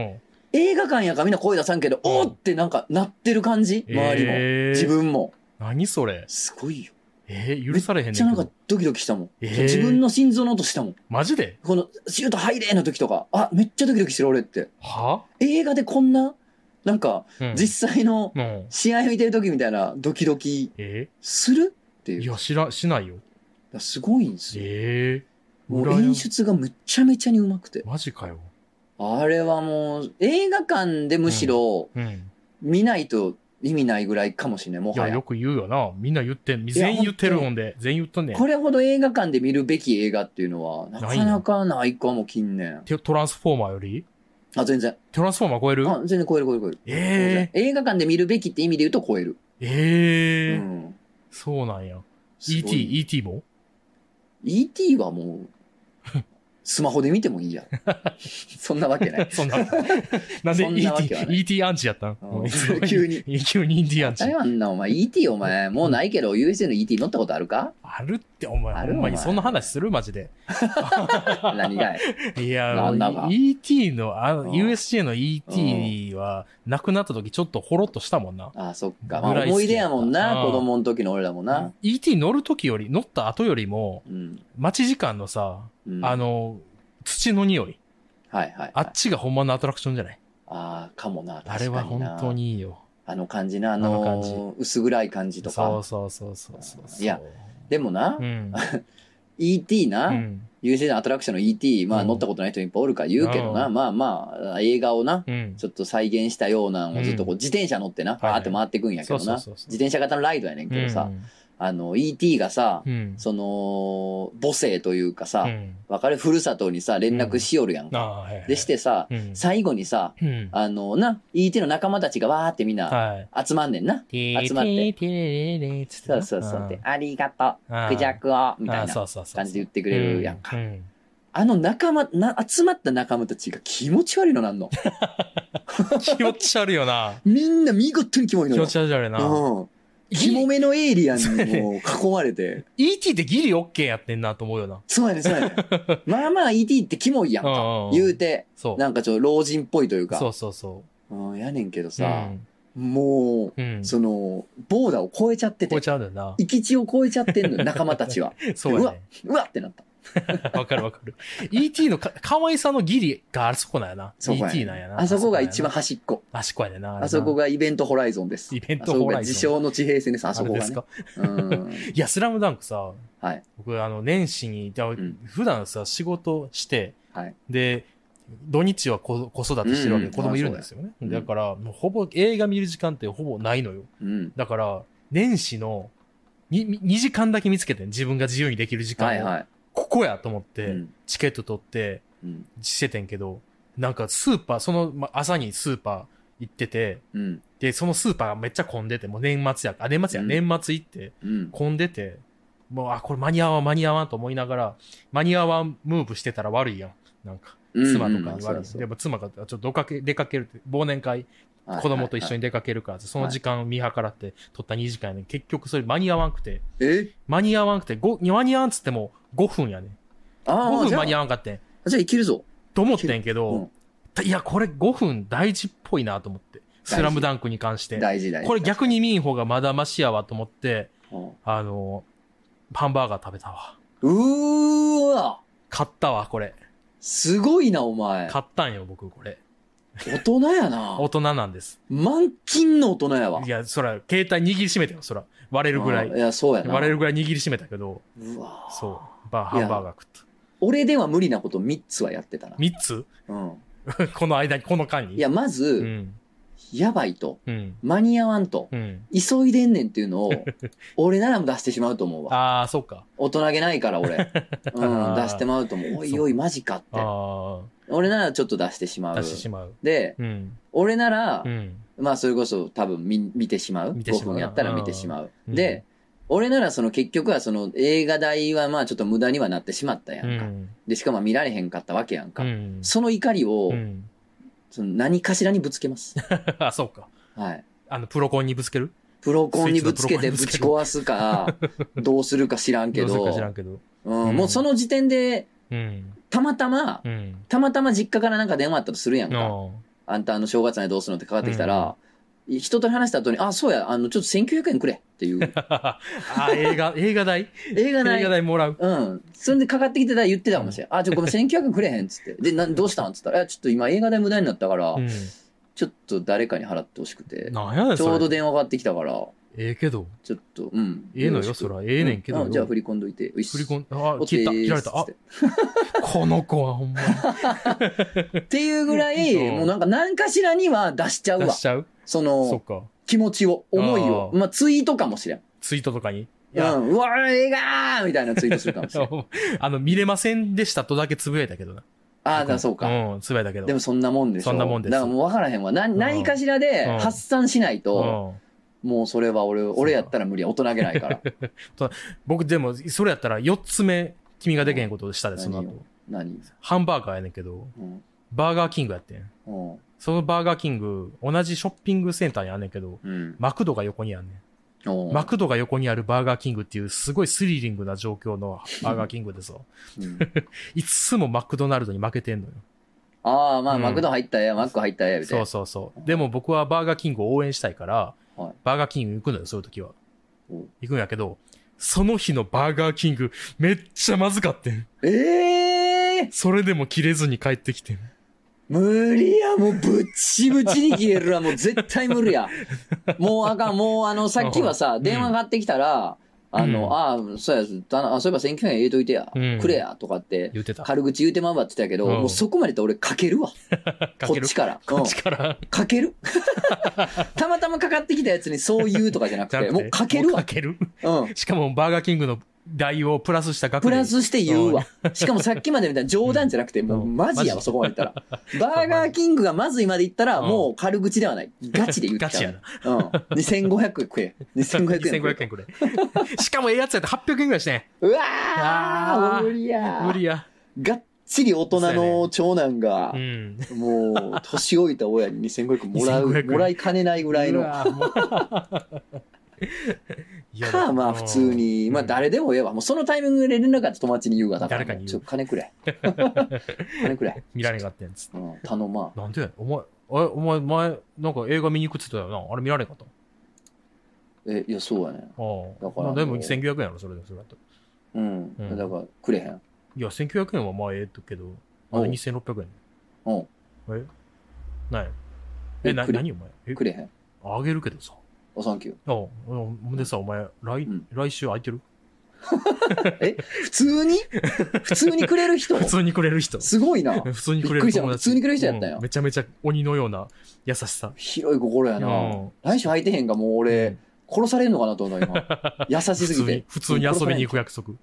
S1: 映画館やからみんな声出さんけど、
S2: うん
S1: おーってなんかなってる感じ周りも、
S2: えー
S1: 自。分も。
S2: 何それ。
S1: すごいよ。
S2: えー、許されへんね
S1: めっ
S2: んけ
S1: ちゃ
S2: ど
S1: なんかドキドキしたもん。
S2: えー
S1: 自分の心臓の音したもん。
S2: マジで
S1: このシュート入れの時とか、あ、めっちゃドキドキしてる俺って。
S2: は
S1: 映画でこんな、なんか
S2: うん
S1: 実際の
S2: うん。
S1: 試合見てる時みたいなドキドキ
S2: え
S1: するって
S2: ー、い
S1: いう。
S2: や、知ら、しないよ。
S1: すごいんですよ。
S2: ええー。
S1: もう
S2: 羨ま
S1: 演出がめちゃめちゃにうまくて。
S2: マジかよ。
S1: あれはもう映画館でむしろ
S2: うん。
S1: 見ないと意味ないぐらいかもしれない、も
S2: い
S1: は
S2: や、
S1: や
S2: よ。く言うよな。みんな言ってん。全員言ってるもんで。全員言っとんねん
S1: こ。れほど映画館で見るべき映画っていうのは、なかなかないかも近年。
S2: てトランスフォーマーより
S1: あ、全然。
S2: トランスフォーマー超える
S1: あ、全然超える超える超える。
S2: え
S1: 映画館で見るべきって意味で言うと超える。
S2: えー。ええ
S1: う
S2: ー。
S1: ん、
S2: そうなんや。
S1: すご
S2: ET、
S1: い
S2: ET も
S1: ET はもう、スマホで見てもいいやん。 そんなわけ ない。
S2: そんな。なんで
S1: そんなわけはな
S2: ET、ET アンチやったん
S1: うん急に。
S2: 急に ET アンチ
S1: 台。湾な、お前 ET お前、もうないけど USA の ET 乗ったことあるか
S2: あるって、お
S1: あ
S2: 前、
S1: る
S2: ほんま
S1: お
S2: に
S1: 前
S2: そんな話するマジで。
S1: 何がい。
S2: いや、
S1: なんだか
S2: ET の、あ
S1: う
S2: の、
S1: ん
S2: USJ の ET は、亡くなった時ちょっとほろっとしたもんな。
S1: あそっか。まあ
S2: ぐらい好き
S1: 思い出やもんな、
S2: う
S1: 子
S2: ん
S1: 供の時の俺らもな。
S2: ET 乗る時より、乗った後よりも、
S1: うん。
S2: 待ち時間のさ、
S1: うん、
S2: あ、の、土の匂い。
S1: はいはい、はい。
S2: あっちがほんまのアトラクションじゃない
S1: あーかもな。
S2: あれは
S1: 確かにな
S2: 本当。にいいよ。
S1: あの感じな、あ
S2: あの
S1: の
S2: 感
S1: 薄暗い感じと
S2: そう
S1: か。
S2: そうそうそうそう。
S1: いや、でもな、
S2: うん。
S1: ET な、
S2: うん
S1: USA のアトラクションの ET、まあ
S2: うん
S1: 乗ったことない人いっぱいおるから言うけどな、
S2: う
S1: まあまあ、映画をな、
S2: うん。
S1: ちょっと再現したようなんをずっとこう自転車乗ってな、
S2: い
S1: パーって回ってくんやけど
S2: そう
S1: な、
S2: そう
S1: 自
S2: そうそう
S1: 転車型のライドやねんけど
S2: う
S1: さ、
S2: ん
S1: あの ET がさ
S2: う、ん。
S1: その、母性というかさ
S2: う、ん
S1: わかるふるさとにさ、連絡しよるやん
S2: あ
S1: か。
S2: あはいはい
S1: でしてさ、
S2: うん
S1: 最後にさ、
S2: うん
S1: あのな、ET の仲間たちがわーってみんな
S2: はい。
S1: 集まんねんな。集まって
S2: てれれれつって
S1: そう
S2: な。
S1: そうそうで
S2: ん。、
S1: ありがと
S2: あ
S1: う、
S2: ー
S1: クジャクを、みた
S2: あ
S1: い
S2: ーそ
S1: な
S2: うそうそう
S1: 感じで言ってくれるやんか
S2: う。ん。
S1: あの仲間、な、集まった仲間たちが気持ち悪いのなんの。
S2: 気持ち悪いよな。
S1: みんな見事にキモいの
S2: 気
S1: よ。
S2: 持ち悪いな。
S1: うん。キモめのエイリアンにもう囲まれて。
S2: ET ってギリオッケーやってんなと思うよな。
S1: そうやね、そうやね。まあまあ ET ってキモいやん
S2: う
S1: か。
S2: んんん
S1: 言うて、
S2: そう。
S1: なんかちょっと老人っぽいという
S2: そ
S1: か。
S2: うそうそ
S1: うん、やねんけど
S2: う。う
S1: さ、
S2: ん。
S1: も
S2: う
S1: う、
S2: ん。
S1: その、ボーダーを超えちゃって
S2: 超え
S1: て、
S2: ちゃうよな。
S1: 行き地を超えちゃってんのよ、仲間たちは。
S2: そうやね。
S1: うわってなった。
S2: わかるわかる。ET のか可愛さのギリがあそこなんやな。
S1: そこ
S2: ET
S1: や
S2: なんやな。
S1: あそこが一番。端っこ。
S2: あそこやねんな。れな
S1: あそこがイベントホライゾンです。
S2: イベン
S1: あ
S2: ト
S1: そこ
S2: ホ
S1: が
S2: ライ
S1: 自
S2: ゾン。
S1: 称の地平線です、あそこ
S2: れで
S1: が
S2: す
S1: ね
S2: か。。
S1: うん。
S2: いや、スラムダンクさ、
S1: はい。
S2: 僕、あの、年始に、いや
S1: ん
S2: 普段さ、仕事して、
S1: はい
S2: で、土日は子子育てしてるわけで、
S1: うん
S2: 子供いるんですよね。
S1: うん
S2: だから、もうほぼ映画見る時間ってほぼないのよ。
S1: うん。
S2: だから、年始の 2, 2時間だけ見つけてん、自分が自由にできる時間を。
S1: はいはい。
S2: ここやと思っ
S1: う
S2: て、
S1: ん。
S2: チケット取って、
S1: うん。
S2: しててんけど、なんかスーパー、そのま朝にスーパー行ってて、
S1: うん。
S2: で、そのスーパーがめっちゃ混んでて、もう年末や、あ、年末や、
S1: うん
S2: 年末行って、
S1: うん。
S2: 混んでて、もう、あ、これ間に合わん、間に合わんと思いながら、間に合わんムーブしてたら悪いやん。なんか、妻とかに悪い。でも妻が、ちょっとどかけ出かけるって、忘年会、子供と一緒
S1: に。
S2: に出かけるから、その時間を見計らって取った2時間やねん結局それ間に合わんくて、
S1: え
S2: 間に合わんくて、ご間に合わんっつっても5分やねん。
S1: あ
S2: 5
S1: あ、
S2: 分
S1: じゃ
S2: 間に
S1: あ、
S2: 合わんかってん。
S1: じゃあいけるぞ。
S2: と思ってんけど、
S1: うん
S2: いや、これ5分大事っぽいなと思って。
S1: 事
S2: スラムダンクに関して。
S1: 大事大事。
S2: これ逆に見ん方がまだマシやわと思って、
S1: うん。
S2: あの、ハンバーガー食べたわ。
S1: うーわ
S2: 買ったわ、これ。
S1: すごいな、お前。
S2: 買ったんよ、僕、これ。
S1: 大人やな
S2: 大。人なんです。
S1: 満勤の大人やわ
S2: い。や、そら、携帯握りしめてよ、そら。割れるぐらい
S1: うん。いや、そうやな。
S2: 割れるぐらい握りしめたけど、
S1: うわ
S2: そう。バー、ハンバーガー食った。
S1: 俺では無理なこと3つはやってたな。
S2: 3つ
S1: うん。
S2: この間に、この間に。
S1: いや、ま
S2: う
S1: ず、
S2: ん。
S1: やばいと、
S2: うん。
S1: 間に合わんと、
S2: うん。
S1: 急いでんねんっていうのを、 俺ならも出してしまうと思うわ。
S2: ああ、そっか。
S1: 大人げないから 俺。うん、
S2: あー
S1: 出してまうと思う。おいおい、マジかって。
S2: あ
S1: 俺ならちょっと出してしま
S2: あ、
S1: う
S2: 出。してしまう。
S1: で、
S2: うん。
S1: 俺なら
S2: う、ん。
S1: まあそれこそ多分見見てしまう。
S2: 見てしま
S1: 5
S2: う
S1: 分やったら見てしまう。
S2: うん
S1: で、俺ならその結局はその映画代はまあちょっと無駄にはなってしまったや
S2: うん
S1: か。
S2: ん。
S1: で、しかも見られへんかったわけやんか。
S2: うん
S1: その怒りを、
S2: うん、
S1: その何かしらにぶつけます。
S2: あそうか
S1: はい。
S2: あのプロコンにぶつける
S1: プロコンにぶつけてぶ
S2: スイッ
S1: ち
S2: チのプロ
S1: 壊すか、どうするか知らんけ
S2: どうする
S1: ど
S2: か知らんけど
S1: う、
S2: うんん
S1: もうその時点で、
S2: うん
S1: たまたま、
S2: うん
S1: たまたま実家からなんか電話あったとするやんか。
S2: あ
S1: あんたあの正月にどうするのってかかってきたら、人と話した後に、あ、そうや、あの、ちょっと1900円くれって いう。
S2: ああ映画映画代映
S1: 映画
S2: 画
S1: 代。
S2: 代もらう
S1: うん。それでかかってきてたら言ってたかもしれん。あ、ちょ、ごめん、1900円くれへんっつって。で、なんどうしたんっつったら、いやちょっと今映画代無駄になったから、
S2: うん
S1: ちょっと誰かに払ってほしくて、
S2: なんやねん
S1: ち
S2: そ
S1: ょ
S2: れ
S1: うど電話かかってきたから、
S2: ええけど
S1: ちょっと、うん。
S2: ええの
S1: ろ
S2: よ
S1: しく
S2: そらええねんけど
S1: う
S2: よ
S1: じゃあ振り込んどいて。振
S2: 振り込んあ
S1: お
S2: 切った
S1: てー
S2: 切られた
S1: っ
S2: あ
S1: つって
S2: この子はほんまに
S1: っていうぐらい、
S2: うん
S1: もうなんか何かしらには出しちゃう
S2: 出
S1: わ
S2: し。ちゃう
S1: そ
S2: そっ
S1: の
S2: か
S1: 気持ちを、思いを。
S2: あー
S1: まあツイートかもしれん。
S2: ツイートとかにいうや、
S1: ん。うわー、映画ーみたいなツイートするかもしれ ん。
S2: あの見れませんでしたとだけつぶやいたけどな
S1: ああ、だからそうか。
S2: うんつぶやいたけど
S1: でもそんなもんでしょ。
S2: そんなもんです
S1: だからもう分からへんわ。な何かしらで
S2: うん
S1: 発散しないうと、
S2: ん
S1: もうそれは俺、俺やったら無理や。大人げない から。
S2: 僕でもそれやったら4つ目君ができへんことしたでその
S1: 何
S2: 後
S1: を何
S2: ハンバーガーやねんけど
S1: うん。
S2: バーガーキングやってん
S1: うん
S2: そのバーガーキング同じショッピングセンターにあんねんけど
S1: うん。
S2: マクドが横にあんね
S1: うん
S2: んマクドが横にあるバーガーキングっていうすごいスリリングな状況のバーガーキングでさ
S1: うん
S2: いつもマクドナルドに負けてんのよ
S1: ああ、まあ、
S2: うん
S1: マクド入ったや、マック入ったや、みたい
S2: そ
S1: な
S2: う。そうそうでも僕はバーガーキングを応援したいから、
S1: はい
S2: バーガーキング行くのよそういう時は
S1: うん
S2: 行くんやけどその日のバーガーキングめっちゃまずかってん
S1: ええー
S2: それでも切れずに帰ってきてん
S1: 無理や、もうぶっちぶちに切れるわ、もう絶対無理 や。もうあかん、もうあの、さっきはさ、
S2: ん
S1: 電話がかかってきたら、あ
S2: うん
S1: の、ああ、そうや、たあそういえば選挙権入れといてや、
S2: うん
S1: くれや、とかって、
S2: 言ってた
S1: 軽口言うてまうわって言ってたけど、
S2: うん
S1: もうそこまでと俺かけるわ。
S2: か
S1: こ
S2: け
S1: っ
S2: る
S1: ちから。
S2: こっ
S1: う
S2: ち
S1: ん
S2: から。
S1: かける たまたまかかってきたやつにそう言うとかじゃなく
S2: じゃな
S1: て、
S2: くて
S1: もうかける
S2: もう
S1: わ。
S2: る
S1: うん。
S2: しかもバーガーキングの代をプラスした額で
S1: プラスして言うわ。しかもさっきまでみたいな冗談じゃなくて、
S2: ん
S1: もう
S2: うん
S1: マジや
S2: マ
S1: わ、
S2: ジ
S1: そこまで言った ら。バーガーキングがまずいまで言ったら、
S2: うん
S1: もう軽口ではない。ガチで言っ
S2: ガチ
S1: ちゃ
S2: や
S1: うう
S2: な。。
S1: ん。2500円食え。2500円食
S2: 2500
S1: え。
S2: 円くれ。しかもええやつやったら800円ぐらいしてね。
S1: うわ
S2: あ
S1: ー
S2: ー
S1: 無理や
S2: 無理や。
S1: がっちり大人の長男が
S2: う、ん。
S1: もう、年老いた親に2500円もら
S2: 2500
S1: う、
S2: 円
S1: もらいかねないぐらいうの。
S2: わもう いや
S1: か、まあ普通に、まあ。誰でもええわ。もうそのタイミングで連絡あって友達に言うわ。だから
S2: 誰かに言う
S1: ちょっと金 くれ。金くれ。
S2: 見られんかったやつ。
S1: うん、頼まん。
S2: なんでやねんお前、あれお前前、なんか映画見に行くって言ってたよな。あれ見られんかった。あ
S1: え、いや、そうやね。
S2: あ。
S1: だから
S2: まあでも
S1: もう
S2: 1900円やろ、それで。それだと。
S1: うん。
S2: うん
S1: だから、くれへん。
S2: いや、1900円はまあええとけど、あ
S1: おう
S2: 2600円。
S1: おう
S2: えなんやえ、な、
S1: くれ
S2: 何お前え
S1: く、れへん。
S2: あげるけどさ。
S1: おサンキュー。
S2: あ、ほんでさ、お前、来
S1: うん、
S2: 来週空いてる
S1: 普通に 普通にくれる人
S2: 普通にくれる人。
S1: すごいな。
S2: 普通にくれ
S1: びっく
S2: る
S1: りした
S2: 友
S1: 普
S2: 達。
S1: 通にくれる人やったんや
S2: うんめちゃめちゃ鬼のような優しさ。
S1: 広い心やな。
S2: うん
S1: 来週入ってへんが、もう俺、
S2: うん
S1: 殺されるのかなと思った今。優 しすぎて。
S2: 普通に普通に遊びに行く 約束。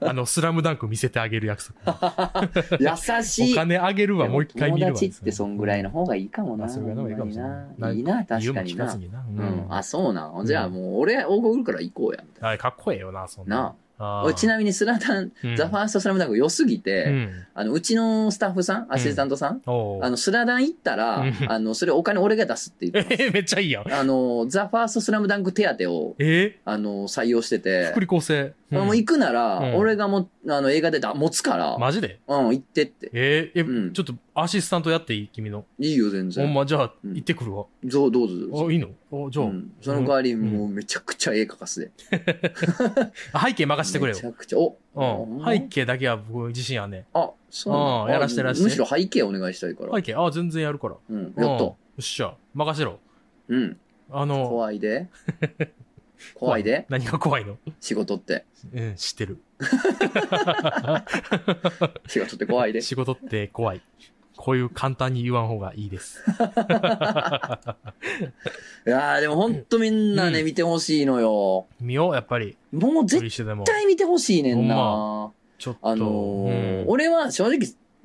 S2: あの、スラムダンク見せてあげる約束。
S1: 優し
S2: お
S1: い。
S2: 金あげるわ、もう一回見るわ。
S1: 友達ってそんぐらいの方がいいかもな。
S2: あそれぐらいの方がいいかもしれない
S1: ほんまにいいな、
S2: 理
S1: 確
S2: 由も
S1: かに
S2: 聞か
S1: な
S2: ず。にな。う
S1: うん
S2: ん。
S1: あ、そうなん。じゃあもう俺、大御来るから行こうや。みたい
S2: はいかっこええよな、そんな
S1: な。
S2: あ
S1: な
S2: ー
S1: 俺ちなみにスラダン、
S2: うん
S1: ザ・ファースト・スラムダンク良すぎて、
S2: うん。
S1: あの、うちのスタッフさん、アシスタントさん、
S2: おう
S1: あの、スラダン行ったら、
S2: うん
S1: あの、それお金俺が出すって言って、
S2: えめっちゃいいやん。
S1: あの、ザ・ファースト・スラムダンク手当を、
S2: え
S1: あの、採用してて
S2: 福、利厚生。うん
S1: もう行くなら、
S2: うん
S1: 俺がもう、あの、映画でだ持つから、
S2: マジで
S1: うん、行ってって。
S2: ええ
S1: うん
S2: ちょっとアシスタントやっていい君の。
S1: いいよ、全
S2: ほん
S1: 然。
S2: ま、じゃあ、
S1: うん
S2: 行ってくるわ。
S1: どうどうぞどうぞ。
S2: あ、いいのあじゃあ
S1: う、ん、その代わり、
S2: ん
S1: もうめちゃくちゃ絵描かすで。
S2: あ背景任せてくれよ
S1: めち。ゃくちゃ、お、
S2: うん。背景だけは僕自信あんねん。
S1: あ、そうなん
S2: うん
S1: だ
S2: やらしてやらして
S1: むしろ背景お願いしたいから。
S2: 背景、あ、全然やるから。
S1: うん、
S2: うん
S1: やっ
S2: よ
S1: と。
S2: っしゃ、任せろ。
S1: うん、
S2: あの、
S1: 怖いで。 怖いで、
S2: 何が怖いの
S1: 仕事って。
S2: うん、知ってる。
S1: 仕事って怖いで。
S2: 仕事って怖い。こういう簡単に言わん方がいいです。
S1: いやーでもほんとみんなね、
S2: うん
S1: 見てほしいのよ。
S2: 見よう、やっぱり。
S1: もう
S2: 無
S1: 絶
S2: 理してでも。
S1: 対見てほしいねんな。
S2: ほちょっと。
S1: あのー俺は正直、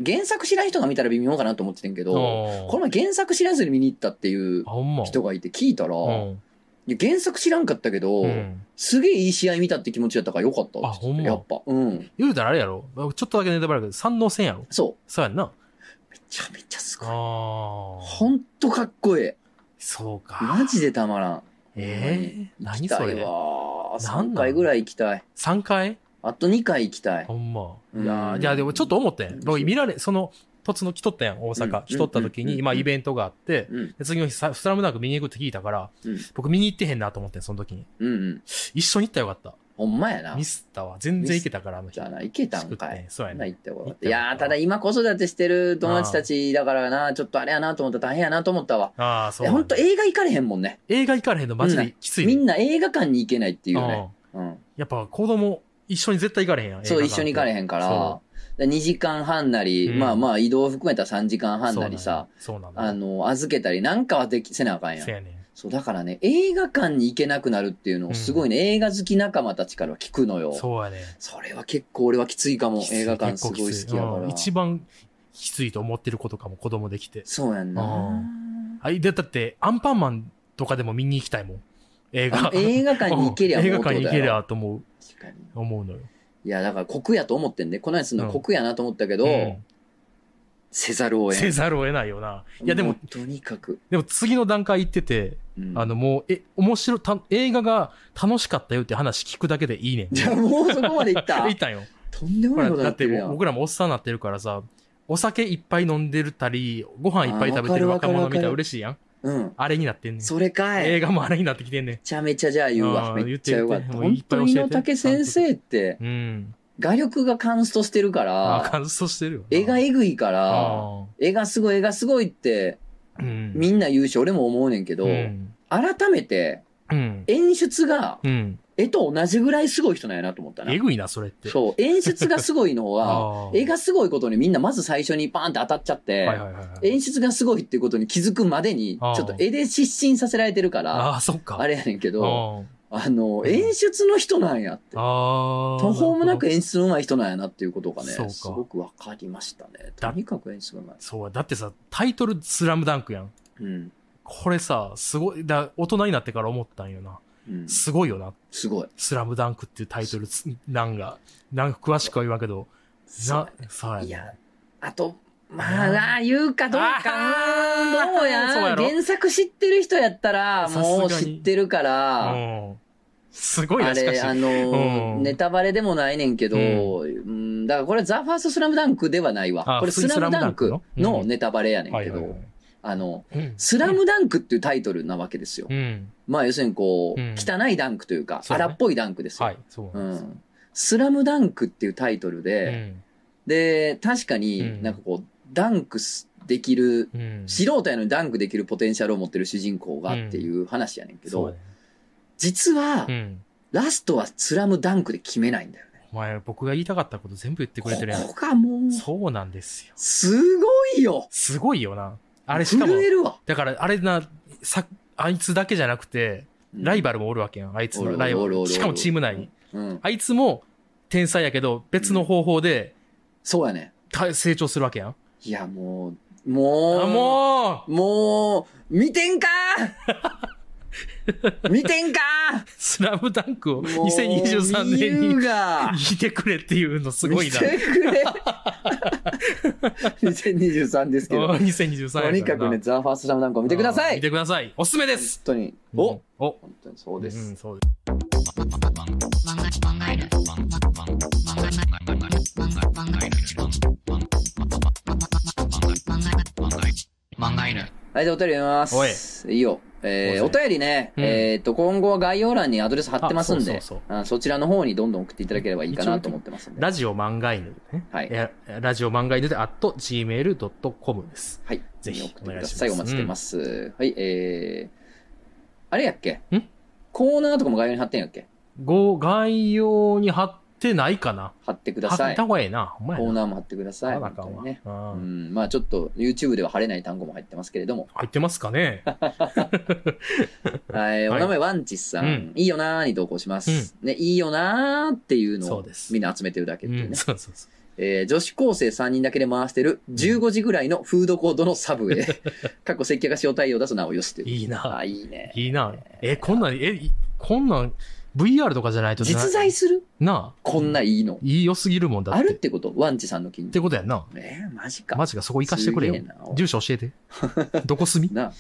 S1: 原作知らん人が見たら微妙かなと思ってたんやけど、こ
S2: こ
S1: の原作知らずに見に行ったっていう
S2: あ、ほんま。
S1: 人がいて聞いたら、
S2: うん
S1: いや原作知らんかったけど、
S2: うん
S1: すげえいい試合見たって気持ちやったからよかったわ
S2: あほんま
S1: やっぱ。うん。
S2: 言うたらあれやろちょっとだけネタバレやけど、三能戦やろ
S1: そう。
S2: そうやんな。
S1: めちゃめちゃすごい。
S2: あ
S1: ほんとかっこえ
S2: そう
S1: え。
S2: か。
S1: マジでたまらん。
S2: えー
S1: ほんまに行きたいわ。
S2: 何それ
S1: 3回ぐらい行きたい。
S2: 3回
S1: あと2回行きたい
S2: ほ。んま。
S1: うん
S2: いやー、いやでもちょっと思ってん。ロイ見られ、その、突の来とったやん、大
S1: うん
S2: 阪。来とった時
S1: うん
S2: に、今イベントがあって、
S1: うん。
S2: で次の日、さスラムダンク見に行くって聞いたから
S1: うん、
S2: 僕見に行ってへんなと思ってん、その時に。
S1: うんうん。
S2: 一緒に行ったらよかっ
S1: ほんまや
S2: た。
S1: な
S2: ミ。スったわ。全然行けたから、あの日
S1: じゃあ。な、行けたんかい。
S2: ね。そうや
S1: な
S2: ね。
S1: 行ったよかっ。
S2: 行ったた
S1: い
S2: よかった
S1: やーただ今子育てしてる友達たちだからな、ちょっとあれやなと思ったら大変やなと思ったわ。
S2: ああ、そう
S1: え
S2: なんだ。
S1: ほんと映画行かれへんもんね。
S2: 映画行かれへんのマジできついね。
S1: みんな映画館に行けないっていうね。うん。
S2: うんやっぱ子供、一緒に絶対行かれへんやん。
S1: そう、一緒に行かれ
S2: ん
S1: へんか
S2: そ
S1: ら、で2時間半なり、
S2: うん
S1: まあまあ移動含めたら3時間半なりさ、。
S2: そうなんだ。
S1: あの、預けたりなんかはでき、せなあかんやん
S2: せ。やねん。
S1: そう、だからね、映画館に行けなくなるっていうのをすごいね、映画好き仲間たちからは聞くのよ。
S2: そうやねん。
S1: それは結構俺はきついかも
S2: き。つい
S1: 映画館
S2: 結
S1: す
S2: 構
S1: ごい
S2: きつ
S1: 好きやか
S2: うん
S1: ら。
S2: 一番きついと思ってることかも、子供できて。
S1: そうやんな。
S2: はい、で、だって、アンパンマンとかでも見に行きたいもん。映
S1: あ
S2: 画。
S1: 映画館に行けりゃ
S2: うん
S1: も
S2: 映
S1: う
S2: 画館に行けり
S1: や
S2: ゃと思う、
S1: 確かに。
S2: 思うのよ。
S1: いや、だから酷やと思ってんね。このやつの酷やなと思ったけど、
S2: うん
S1: せざるを得ん
S2: せざるを得ないよな。いや、でも
S1: う、とにかく。
S2: でも次の段階行ってて、
S1: うん
S2: あの、もう、え、面白い、た映画が楽しかったよって話聞くだけでいいねん。
S1: じゃあもうそこまで行っ た
S2: 行ったんよ。
S1: とんでも
S2: ほ
S1: ないこ
S2: ら、
S1: とに
S2: だ
S1: な
S2: っ
S1: って
S2: て
S1: るやん。
S2: 僕らもおっさんになってるからさ、お酒いっぱい飲んでるたり、ご飯いっぱい食べてる
S1: あわかるわか
S2: 若
S1: る
S2: 者見たら嬉しいやん。
S1: うん。
S2: あれになってんねん。
S1: それかい。め
S2: 映画もあれになってきてんね
S1: ちゃめちゃじゃあ言うわ。
S2: あー
S1: めっちゃよかった。
S2: 言って言っても
S1: 本当
S2: ういっぱい教え
S1: に
S2: て
S1: の竹先生って、
S2: ん。うん。
S1: 画力がカンストしてるか
S2: ああ、
S1: ら、
S2: 感想してるよな。
S1: 絵がえぐいか
S2: あ
S1: ら、
S2: あ
S1: 絵がすごい、絵がすごいって、
S2: うん。
S1: みんな言うし、俺も思うねんけど
S2: う、ん。
S1: 改めて、
S2: うん。
S1: 演出が、
S2: うん。
S1: 絵と同じぐらいすごい人なんやなと思ったな
S2: え。ぐいな、それって。う。
S1: そう、演出がすごいの は、絵がすごいことにみんなまず最初にパーンって当たっちゃっ
S2: はい
S1: て、
S2: はいはいはい。
S1: 演出がすごいっていうことに気づくまでに、ち
S2: あ
S1: ょ
S2: ー
S1: っと絵で失神させられてるから、
S2: ああ、そっか。
S1: あれやねんけ
S2: あ
S1: ど、
S2: ー
S1: あの、
S2: ん
S1: 演出の人なんやって。
S2: あー。
S1: 途方もなく
S2: るほど
S1: 演出の上手い人なんやなっていうことがね、
S2: そうか
S1: すごくわかりましたね。と
S2: だ
S1: にかく演出が上
S2: そう、だってさ、タイトルスラムダンクやん。
S1: 手い。うん。
S2: これさ、すごい、だ大人になってから思ったんよな。
S1: うん。
S2: すごいよな。
S1: すごい。
S2: スラムダンクっていうタイトルつ、なんが、なんか詳しくは言わんけど、な、さ
S1: いや、あと、まあな、
S2: あ
S1: 言うかどう
S2: あ
S1: か、
S2: ー
S1: どうや
S2: そうやろ
S1: 原作知ってる人やったら、
S2: さすがに
S1: もう知ってるか
S2: う
S1: ら、
S2: ん。すごい
S1: あ
S2: な、しか
S1: れ、
S2: し。
S1: あ
S2: あ
S1: のー
S2: うん
S1: ネタバレでもないねんけど、
S2: う
S1: うん、だからこれザ・ファーストスラムダンクではないわ。
S2: あ
S1: これ
S2: 普
S1: ス
S2: 通に
S1: ラムダンク
S2: スラムダンクの
S1: の
S2: うん
S1: ネタバレやねん
S2: はい
S1: け
S2: はいは
S1: ど
S2: い、
S1: あの、
S2: うん
S1: スラムダンクっていうタイトルなわけですよ
S2: う。ん。
S1: まあ要するにこう、
S2: うん
S1: 汚いダンクというか、
S2: そうね
S1: 荒っぽいダンクですよ。
S2: はい、そう
S1: う
S2: なんですよ。
S1: ん。スラムダンクっていうタイトル
S2: う
S1: で、
S2: ん。
S1: で、確か
S2: う
S1: に
S2: ん
S1: なんかこう、ダンクすできる、
S2: うん。
S1: 素人やのにダンクできるポテンシャルを持ってる主人公がっていう話やねんけ
S2: そう
S1: ど、
S2: やね
S1: 実は
S2: う、ん。
S1: ラストはスラムダンクで決めないんだよね。
S2: お前、僕が言いたかったこと全部言ってくれてるや
S1: ここ。
S2: ん
S1: がもう、
S2: そうなんですよ。
S1: すごいよ
S2: すごいよな。あれしかも
S1: 震、えるわ。
S2: だからあれな、さ、あいつだけじゃなくて、ライバルもおるわけやん。あいつ
S1: おるお
S2: の
S1: る
S2: ライバ
S1: おるおるお
S2: ル。
S1: る
S2: しかもチーム内に。
S1: ル。うん。
S2: あいつも天才やけど、別の方法で
S1: そうやね。
S2: た成長するわけやん。
S1: いや、もう、も
S2: あ、
S1: う、
S2: もう
S1: もう、見て んか見てんか
S2: スラムダンクを
S1: もう
S2: 2023年
S1: 見
S2: に
S1: るが
S2: 見てくれっていうのすごいな。
S1: 見てく れ2023です けど。
S2: 2023
S1: とにかくね、ザ・ファーストラムなんかを見てください
S2: 見
S1: 本
S2: てください。おすすめです。
S1: 当に。お、
S2: うんお
S1: 本当にそうで
S2: う
S1: す
S2: ん、。そうです。
S1: はい、じゃあお便り読みます。いいよ。えー、
S2: ど
S1: お
S2: うぞ
S1: 便りね、
S2: うん
S1: えっと、今後は概要欄にアドレス貼ってますん
S2: あ
S1: で、
S2: そうそう
S1: あそちらの方にどんどん送っていただければいいかなと思ってますんで。
S2: ラジオ漫画犬ね。
S1: はい
S2: や。ラジオ漫画犬で、at gmail.com です。
S1: はい。
S2: ぜひ
S1: 送ってくだ
S2: お願いします
S1: さい。お待ちしてます。はい、えー、あれやっけ
S2: ん
S1: コーナーとかも概要に貼ってんやっけ
S2: ご、概要に貼ってないかな
S1: 貼ってくだ
S2: 貼
S1: さ
S2: っ
S1: い。
S2: た
S1: コ
S2: 方がええな。お前
S1: ーナーも貼ってください。
S2: なあかん
S1: 本当
S2: わ。
S1: にね。う
S2: うん
S1: ん、まあちょっと YouTube では貼れない単語も入ってますけれども、
S2: 入ってますかね
S1: はい、お名前ワンチスさん、
S2: うん
S1: いいよなーに投稿します、ね、いいよなーっていうの
S2: そう
S1: を
S2: です
S1: みんな集めてるだけ
S2: う
S1: っていうね
S2: ん、、そうそうそう。
S1: えー女子高生3人だけで回してる15時ぐらいのフードコートのサブウ ェイ。かっこ接客が塩対応だとなおよしという。
S2: いいな
S1: あ、いいね。
S2: いいな。え、こんなん、え、いこんなん、VR とかじゃないとな
S1: 実在する
S2: なあ
S1: こんないいの。
S2: いい良すぎるもんだって。
S1: あるってことワンチさんの近
S2: っ
S1: 所。
S2: てことやんな。
S1: えー、マジか。
S2: マジか、そこ行かしてくれ
S1: す
S2: よ
S1: げえな。
S2: 住所 教えて。どこ住み
S1: な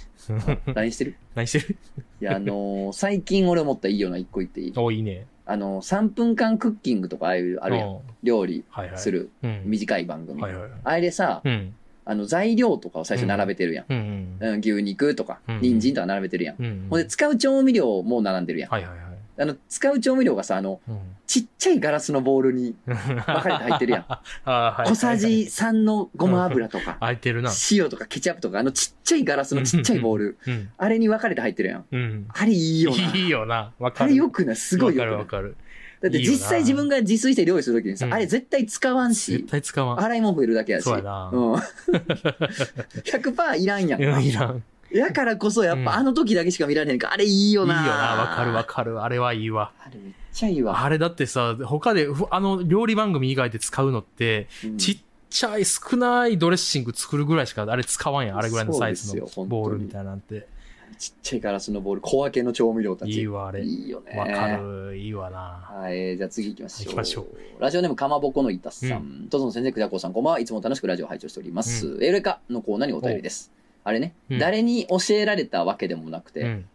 S1: LINE してる
S2: 何してる
S1: いや、あ のー最近俺思ったいいよな、一個言っていい
S2: お、いいね。
S1: あのー、3分間クッキングとかああいう、あるや。
S2: うんん
S1: 料理
S2: はいはい。
S1: す。る
S2: うん。
S1: 短い番組。
S2: はいはい。
S1: あれでさ、
S2: うん。
S1: あの、材料とかを最初並べてるやん。
S2: うんうん。
S1: うん、牛肉とか
S2: うん、
S1: 人参とか並べてるやん。
S2: うんうん。
S1: ほんで、使う調味料も並んでるやん。
S2: はいはいはい。
S1: あの、使う調味料がさ、あの、
S2: うん。
S1: ちっちゃいガラスのボールに分かれて入ってるやん。
S2: あーはい。
S1: 小さじ。3のごま油とか、
S2: 空いてるな。
S1: 塩とかケチャップとか、あのちっちゃいガラスのちっちゃいボール、
S2: うん。
S1: あれに分かれて入ってるやん。
S2: うん。
S1: あれいいよな。
S2: いいよな。わか
S1: あ
S2: る。
S1: れよくないすごいよ
S2: わかるわ
S1: くない
S2: かる。
S1: だって
S2: いいよな
S1: 実際自分が自炊して料理するときにさ
S2: う、ん
S1: あれ絶対使わん
S2: 絶
S1: し、
S2: 対使わん。
S1: 洗い物増えるだけやし。
S2: そうやな。
S1: うん。100%いらんやん。
S2: うんいらん。
S1: やからこそやっ
S2: うん
S1: ぱあの時だけしか見られへんから、あれいい
S2: い
S1: よ
S2: いよ
S1: な。
S2: な。わかるわかる。あれはいいわ。
S1: あれめっちゃいいわ。
S2: あれだってさ、他で、ふあの、料理番組以外で使うのって、
S1: うん
S2: ちっちゃい少ないドレッシング作るぐらいしかあれ使わんやん。あれぐらいのサイズ
S1: そう
S2: の
S1: ですよ
S2: ボールみたいなんて。
S1: ちっちゃいガラスのボール、小分けの調味料たち。
S2: いいわ、あれ。
S1: いいよね。
S2: わかる。いいわな。
S1: はい、じゃあ次行きましょう。
S2: 行きましょう
S1: ラジオネームかまぼこのいたさん。とぞの先生、くじゃこさん、こんばんは。いつも楽しくラジオを拝聴しております。エウレカのコーナーにお便りです。あれね、
S2: うん
S1: 誰に教えられたわけでもなくて、
S2: うん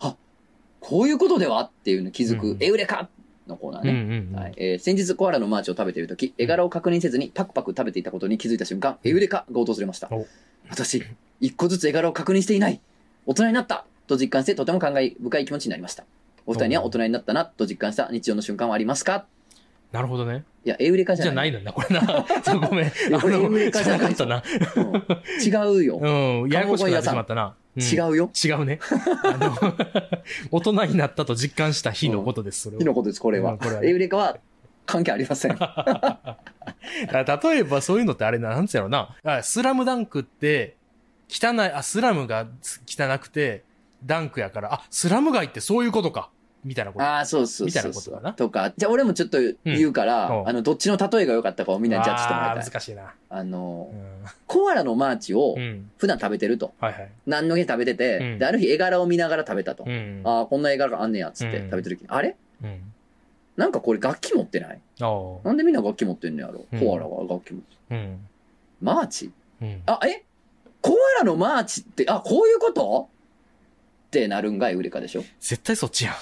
S1: こういうことではっていうの気づく、
S2: うん
S1: エウレカのコーナー
S2: うんう
S1: ね。
S2: んう
S1: はい
S2: ん。
S1: えー先日コアラのマーチを食べているとき、絵柄を確認せずにパクパク食べていたことに気づいた瞬間、エウレカが訪れました
S2: お。
S1: 私、一個ずつ絵柄を確認していない大人になったと実感してとても感慨深い気持ちになりました。お二人には大人になったなと実感した日常の瞬間はありますか
S2: なるほどね。
S1: いや、エウレカじ
S2: じ
S1: ゃ
S2: ゃ
S1: な。
S2: ないいのな、こ れな。そうごめん。あ
S1: やこれ
S2: の、
S1: エウレ
S2: じ
S1: カじ
S2: ゃ
S1: ゃ
S2: なか
S1: ない
S2: ったな。
S1: うん違うよ。
S2: うん。ややこしくなってしまったな。ん
S1: 違うよ。
S2: 違うね。あの、 大人になったと実感した日のことです、それ
S1: 火
S2: は。
S1: のことです、これ
S2: うん
S1: は
S2: これは。ね
S1: エウレカは関係ありませ ん。
S2: だから例えばそういうのってあれな、なんつうやろな。あスラムダンクって、汚い、あ、スラムが汚くて、ダンクやから、あ、スラム街ってそういうことか。みたいなこと。
S1: ああ、そうそうそう。
S2: みたいなことだな
S1: とか、じゃあ俺もちょっと言うから、
S2: うんおう
S1: あの、どっちの例えが良かったかをみんなにジャッジしてもらい
S2: あ
S1: たい。
S2: ー難しいな。
S1: あの
S2: う、ん。
S1: コアラのマーチを
S2: うん。
S1: 普段食べてると。
S2: はいはい。
S1: 何の日食べてて、
S2: うん
S1: で、ある日絵柄を見ながら食べたと。
S2: うん。
S1: ああ、こんな絵柄があんねや、つって
S2: うん
S1: 食べてる時に、あれ
S2: うん。
S1: なんかこれ楽器持ってない
S2: あー
S1: なんでみんな楽器持ってんのやろ
S2: うん
S1: コアラは楽器持って。
S2: うん。
S1: マーチ
S2: うん。
S1: あ、えコアラのマーチって、あ、こういうことってなるんがエウレカで しょ
S2: 絶対そっち やん。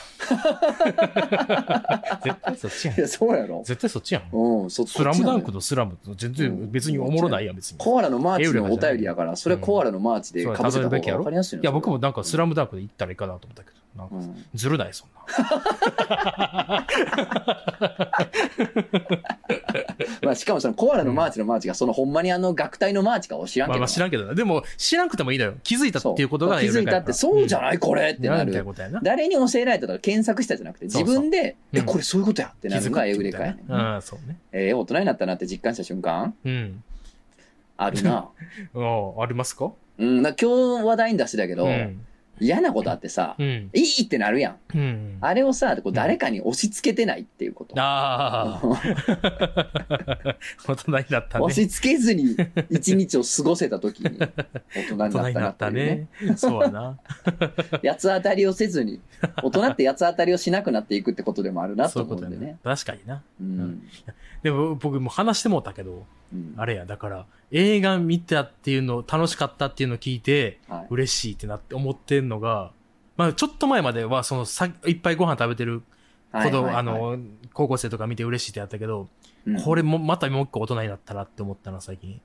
S2: 絶対そっちやん
S1: い。や、そうやろ。
S2: 絶対そっちやん。
S1: うん、そ
S2: スラムダ
S1: こっちなの
S2: ンク
S1: よ
S2: のスラムと全
S1: うん
S2: 然別におもろないやん、別に。
S1: コアラのマーチのお便りやから、それはコアラのマーチでかぶせた方が分かりやすいの
S2: いや、僕もなんかス
S1: ラ
S2: ラムダンクで行ったらいいかなと思ったけど、なんか
S1: ム、
S2: ずるない、そんな。
S1: まあ、しかもそのコアラのマーチのマーチが、そのほんまにあの学隊のマーチかを知らん
S2: ま
S1: け
S2: あ
S1: ど
S2: ま
S1: な。
S2: あ知らんけどな。でも、知らんくてもいいだよ。気づいた
S1: そう
S2: っていうことが
S1: 気づいたって、そうじゃないいこれ
S2: っ
S1: ってな
S2: みたいな
S1: る。
S2: ことやな。
S1: 誰に教えられたとか検索したじゃなくて、
S2: そうそ
S1: 自
S2: う
S1: 分で、
S2: うん
S1: え、これそういうことやって
S2: 気
S1: なる
S2: づ
S1: の
S2: くっ
S1: が
S2: て
S1: エ
S2: いう
S1: ウレ
S2: こと
S1: カ
S2: や
S1: や
S2: な
S1: ねん。
S2: うん、そうね。
S1: えー大人になったなって実感した瞬間
S2: うん。
S1: ある な。
S2: ああ、ありますか
S1: うん、だから今日話題に出してたけど、
S2: ん。
S1: 嫌なことあってさ、
S2: うん。
S1: いいってなるやん。
S2: うん。
S1: あれをさ、こう誰かに押し付けてないっていうこと。
S2: ああ。大人になったね。
S1: 押し付けずに一日を過ごせた時に大人にな
S2: 大
S1: った
S2: 人にな
S1: なっ
S2: って
S1: い
S2: た
S1: うね。
S2: ね。そうやな。
S1: 八つ当たりをせずに、大人って八つ当たりをしなくなっていくってことでもある な
S2: そ
S1: と
S2: ういう
S1: 思
S2: こ
S1: うん
S2: と
S1: で
S2: や
S1: ね。。
S2: ね確かにな。
S1: うん
S2: でも僕もう話してもうたけど、
S1: うん
S2: あれや、だから、映画見たっていうの、楽しかったっていうのを聞いて、
S1: はい
S2: 嬉しいってなって思ってんのが、まあちょっと前までは、そのさ、いっぱいご飯食べてる
S1: はい
S2: 子供、
S1: はいはい
S2: あの、高校生とか見て嬉しいってやったけど、
S1: うん
S2: これも、またもう一個大人になったなって思ったな、最近。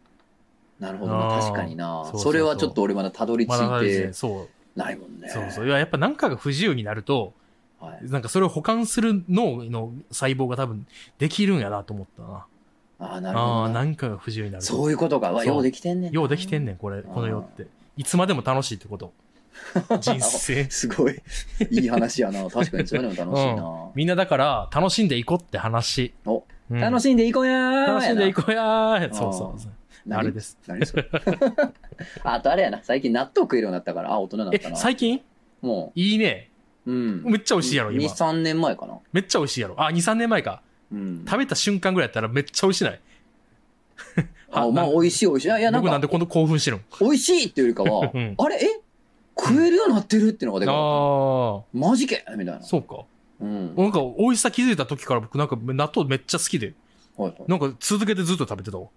S1: なるほどな
S2: あー
S1: 確かにな
S2: そう
S1: そ
S2: そうそう
S1: れはちょっと俺まだたどり着
S2: まだ
S1: いて
S2: そう、
S1: ないもんね
S2: そうそう。いや、やっぱ何かが不自由になると、
S1: はい
S2: なんかそれを保管する脳の細胞が多分できるんやなと思ったな。
S1: ああなるほ
S2: ああー、
S1: どな
S2: 何かが不自由になると。
S1: そういうことかうわ
S2: そう
S1: ようできてんねん。
S2: ようできてんねん、これ、この世って。いつまでも楽しいってこと。人生
S1: すごい いい話や な確かにそれでも楽しいな
S2: みんなだから、楽しんでいこうって話。
S1: お
S2: うん
S1: 楽しんでいこうやー
S2: 楽しんでいこうやー
S1: ー
S2: そうそうそう。
S1: やな
S2: あれ
S1: 何
S2: です。
S1: 何それ あとあれやな最近納豆食えるようになったからあ大人になっ
S2: え
S1: た、な
S2: 最近
S1: も
S2: いいね。
S1: ううん
S2: めっちゃ美味しいやろ、今。
S1: 23年前かな
S2: めっちゃ美味しいやろ。あ、2、3年前か。
S1: うん
S2: 食べた瞬間ぐらいやったらめっちゃ美味しない。
S1: あまあ美味しい美味しいいやいやなん
S2: 僕な
S1: か
S2: んでこんな興奮してる
S1: 美味しいっていうよりかは
S2: うん
S1: あれえ食えるようになってるってのがでかかっ
S2: のあ
S1: たマジけみたいな
S2: あ、そうか。
S1: うん
S2: なんか、美味しさ気づいた時から僕なんか納豆めっちゃ好きで、
S1: はいはい
S2: なんか続けてずっと食べてたわ。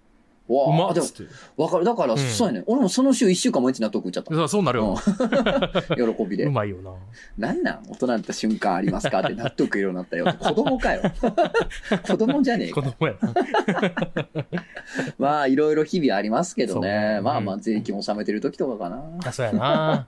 S2: う
S1: わ
S2: ま
S1: あ、
S2: っ
S1: でも
S2: つ、って。
S1: わかる。だから、
S2: うん
S1: そうやね。俺もその週一週間毎日納豆食っちゃった。
S2: そうそうなる
S1: う
S2: よ。
S1: ん喜び
S2: う
S1: で。
S2: まいよな。
S1: なんなん大人になった瞬間ありますかって納豆食えるようになった よ。子供かよ。 子供じゃねえ
S2: 子
S1: か。
S2: 供やな。
S1: まあ、いろいろ日々ありますけど
S2: そう
S1: ね
S2: う。ん
S1: まあまあ、税金納めてる時とかかな。ま
S2: あ、そうやな。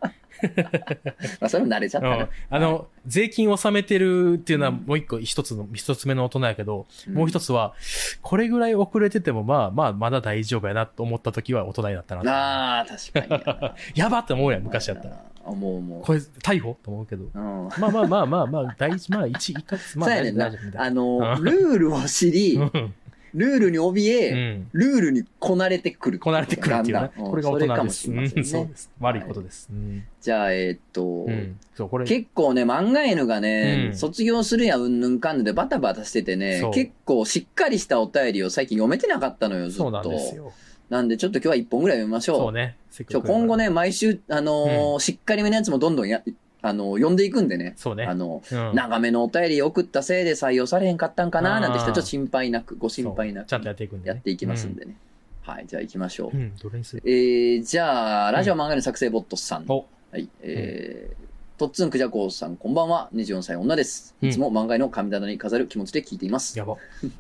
S1: あ、それも慣れちゃった
S2: うん
S1: な。
S2: あの、税金納めてるっていうのは
S1: うん
S2: もう一個、一つの、一つ目の大人やけど、
S1: ん
S2: もう一つは、これぐらい遅れてても、まあまあ、まだ大丈夫やなと思った時は大人になったな。
S1: ああ、確かにやな。
S2: やばって思うやん、 昔やったら。。
S1: あ、もうも
S2: これ、逮捕と思うけど。
S1: う。うん。
S2: まあまあまあまあまあ、大事、まあ一、一ヶ月、まあ
S1: そうや
S2: 大
S1: ね
S2: 丈
S1: んな
S2: 夫、大丈夫み。たい
S1: あ
S2: う
S1: の、
S2: ん
S1: ルールを知り
S2: な。、うん
S1: ルールに怯
S2: う
S1: え、
S2: ん。
S1: ルールにこなれてくる。
S2: こなれてくるっていう
S1: だ
S2: ね
S1: ん。だんうん
S2: これが大
S1: そか
S2: 人
S1: も
S2: で
S1: し
S2: す。
S1: れ
S2: う
S1: ませ
S2: ん、
S1: ん
S2: そう
S1: ね
S2: で。す。悪いことです。うん。
S1: じゃあ、えーっと
S2: う、んそう、これ。
S1: 結構ね、漫画犬がね、
S2: うん
S1: 卒業するやうんぬんかんぬんでバタバタしててね
S2: そう、
S1: 結構しっかりしたお便りを最近読めてなかったのよ、ずっと。
S2: そうなんですよ。
S1: なんでちょっと今日は一本ぐらい読みまし
S2: そ
S1: ょ
S2: う
S1: う。
S2: ね。せっ
S1: ちょ
S2: かく
S1: 今後。ね、毎週、あのーしっかりめのやつもどんどんや、あのー読んでいくんでね。
S2: そうね
S1: あ。の、
S2: うん
S1: 長めのお便り送ったせいで採用されへんかったんか
S2: あ
S1: な
S2: ー
S1: なんて人はちょっと心配なく、ご心配な
S2: ちゃんとや
S1: く
S2: っていくんで、
S1: や
S2: ね。
S1: っていきますんでね。はい、じゃあ行きましょう
S2: う。ん。うん、どれにする
S1: えー、じゃあ、ラジオ漫画の作成ボットスさん。
S2: お
S1: はい。えー、とっつんくじゃこうさん、こんばんは。24歳女です。いつも漫画への神棚に飾る気持ちで聞いています。
S2: やば。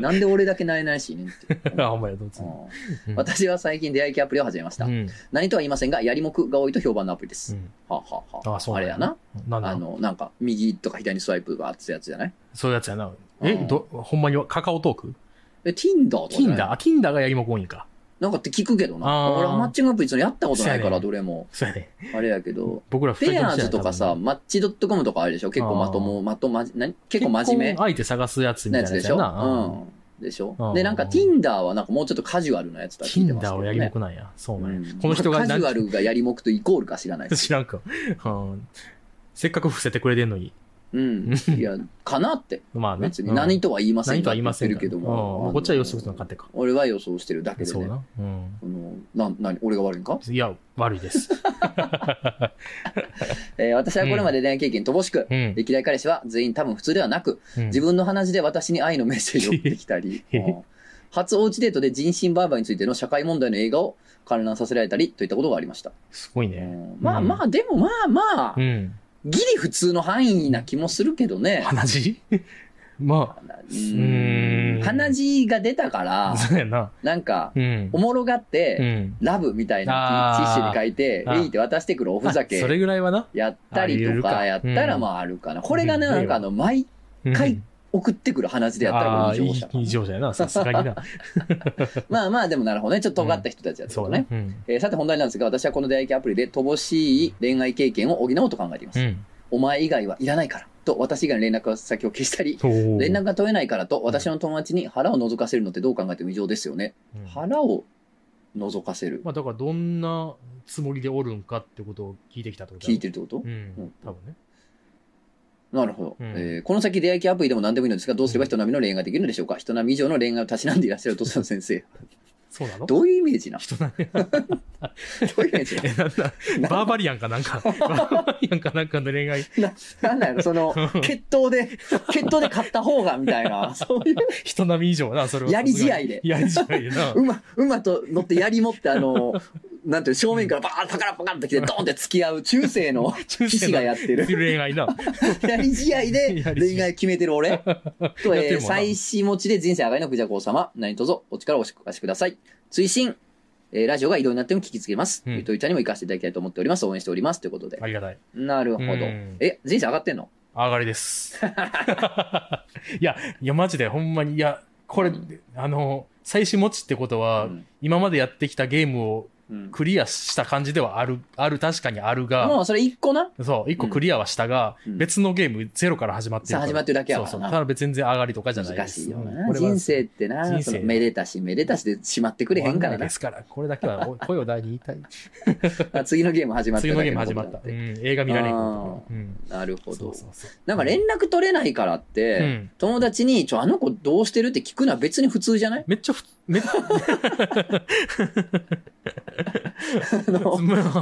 S1: なんで俺だけなえないしいねんっていう
S2: あ、お前どう
S1: う
S2: ぞ。
S1: ん
S2: うん
S1: 私は最近出会い系アプリを始めました。
S2: うん。
S1: 何とは言いませんが、やりもくが多いと評判のアプリで
S2: う
S1: す。
S2: ん。
S1: はあ、はあは
S2: あそう
S1: あ
S2: なん
S1: れ
S2: や
S1: やな。
S2: なん
S1: あ
S2: だ
S1: の、なんか、右とか左にスワイプがあってたやつじゃない
S2: そういうやつやな。
S1: う
S2: え、
S1: ん
S2: ど、ほんまにカカオトーク
S1: え、Tinder とかじゃない
S2: ?Tinder? あ、Tinder がやりもこいんか。
S1: なんかって聞くけどな
S2: あ。ー
S1: 俺はマッチングアプリそのやったことないか
S2: そうや
S1: ら、
S2: ね
S1: どれも。
S2: そうやね。
S1: あれやけど。
S2: 僕ら二人
S1: ペ
S2: とも
S1: アーズとかさ、
S2: 知らん、
S1: マッチ .com とかあれでしょ結構まとも、まとまじ、何結構真面目
S2: 結。婚相手探すやつみ
S1: な
S2: たい
S1: や
S2: な
S1: つで
S2: やつ
S1: し
S2: や
S1: ょ
S2: な。うん。
S1: うん。でしょ
S2: うん
S1: で、なんか Tinder はなんかもうちょっとカジュアルなやつだって聞いてますけ
S2: Tinder
S1: ど
S2: を
S1: ね
S2: やりもくなんや。そう
S1: う
S2: ね
S1: ん。
S2: この人が
S1: カジ
S2: 何
S1: ュアルがやりもくとイコールか知らない
S2: 知らんか。うんせっかく伏せてくれてんのに。
S1: うん。いや、かなって。
S2: まあね。
S1: 別に
S2: うん
S1: 何とは言いません
S2: 何とは言いませ
S1: って
S2: ん
S1: 言ってるけど
S2: うん
S1: も。あの
S2: こっちは予測するの勝手か。
S1: 俺は予想してるだけで
S2: そう
S1: ね。
S2: な。うん。
S1: あのな、なに、俺が悪いんか
S2: いや、悪いです。
S1: えー私はこれまで恋愛経験乏しく、
S2: うん。
S1: 歴代彼氏は全員多分普通ではなく、自
S2: 自
S1: 分の話で私に愛のメッセージを送ってきたり、
S2: へへ
S1: うん初おうちデートで人身売買についての社会問題の映画を観覧させられたりといったことがありました。
S2: すごいうね。
S1: んまあまあ、でもまあまあ
S2: う、ん。
S1: ギリ普通の範囲な気もするけどね。
S2: 鼻血 ま
S1: う
S2: うー
S1: ん
S2: ん
S1: 鼻血が出たか
S2: あ、
S1: ら、
S2: そうやな。
S1: なんか、
S2: うん
S1: お。もろがっ
S2: う
S1: て、
S2: ん。
S1: ラブみたいな
S2: あー
S1: ティッシュに書いて、
S2: あ
S1: えいって渡してくるおふざ
S2: あそれ
S1: け
S2: ぐらいはな。
S1: やったりとか
S2: あ
S1: や
S2: り
S1: っ
S2: 得るか
S1: たら
S2: うん
S1: まああるかな。これがね、
S2: うん
S1: なんかあの、毎
S2: うん
S1: 回送ってくる鼻血でやったら
S2: あ
S1: こ
S2: あ
S1: れ
S2: ー、
S1: 異常者か
S2: いい
S1: な
S2: 異常者やな。さすが にな。
S1: まあまあ、でもなるほどね。ちょっと尖った人たちだってこ
S2: そ
S1: と
S2: う
S1: ね
S2: ね。。うん。
S1: えーさて本題なんですが、私はこの出会い系アプリで乏しい恋愛経験を補おうと考えています。
S2: うん。
S1: お前以外はいらないからと、私以外の連絡先を消したり、
S2: おー
S1: 連絡が取れないからと、私の友達に腹を覗かせるのってどう考えても異常ですよね。
S2: うん
S1: 腹を覗かせる。
S2: まあ、だからどんなつもりでおるんかってことを聞いてきたってこと
S1: 聞いて
S2: る。
S1: るってこと、
S2: うん。多分ね。
S1: なるほど、
S2: うん
S1: えーこの先出会い系アプリでも何でもいいのですが、どうすれば人並みの恋愛ができるのでしょうか人並み以上の恋愛をたしなんでいらっしゃるとする先生。
S2: そうなの
S1: どういうイメージな
S2: 人なん
S1: どういうイメージ
S2: え、なんだ
S1: な
S2: バーバリアンかな んか、バーバリアンかなんかの恋愛、
S1: ななんだろその、決闘で、決闘で勝った方が、みたい な、そういう、
S2: 人並み以上な、それは。
S1: やり試合で
S2: やり試合で な。
S1: 馬、馬と乗って槍持って、あの、なんていうの正面からバーン、パカラパカラって来て、ドーンって突き合う中世の
S2: 中
S1: 騎士がやってる。
S2: 恋愛な。
S1: 大試合で恋愛決めてる俺と、
S2: やって
S1: え
S2: る
S1: ー、
S2: もんな
S1: 妻子持ちで人生上がりのクジャコ王様何卒お力をお貸しください追伸、えーラジオが移動になっても聞きつけます、
S2: うん
S1: ゆとりちゃんにも行かせていただきたいと思っております応援しておりますということで、
S2: ありがたい。
S1: なるほど
S2: うん
S1: え人生上がってんの
S2: 上がりです。 いや、いや、マジで、ほんまに、いや、これ、あの、最終持ちってことは、
S1: うん
S2: 今までやってきたゲームを
S1: うん
S2: クリアした感じではある、ある、確かにあるが、
S1: もうそれ一個な
S2: そう、一個クリアはしたが、
S1: うん
S2: 別のゲームゼロから始まってるから。
S1: さあ始まってるだけやからな
S2: そうそう。ただ別に全然上がりとかじゃないで
S1: 難
S2: す。
S1: しいよ
S2: うん
S1: な、
S2: これは
S1: 人生って
S2: 人
S1: な
S2: 生
S1: そのめでたしめでたしでしまってくれへんから
S2: 終わない
S1: な
S2: ですから、これだけ はお声を大に言いたい。
S1: あ次のゲーム始まった
S2: 次
S1: だ
S2: のゲ
S1: け
S2: ーム
S1: のこと
S2: 始ま
S1: だ
S2: ってた。うん、映画見られへんこと。うん。
S1: なるほど
S2: そうそうそう。
S1: なんか連絡取れないからって、
S2: うん
S1: 友達に、ちょ、あの子どうしてるって聞くのは別に普通じゃ ない
S2: めっちゃふ、めっち
S1: あの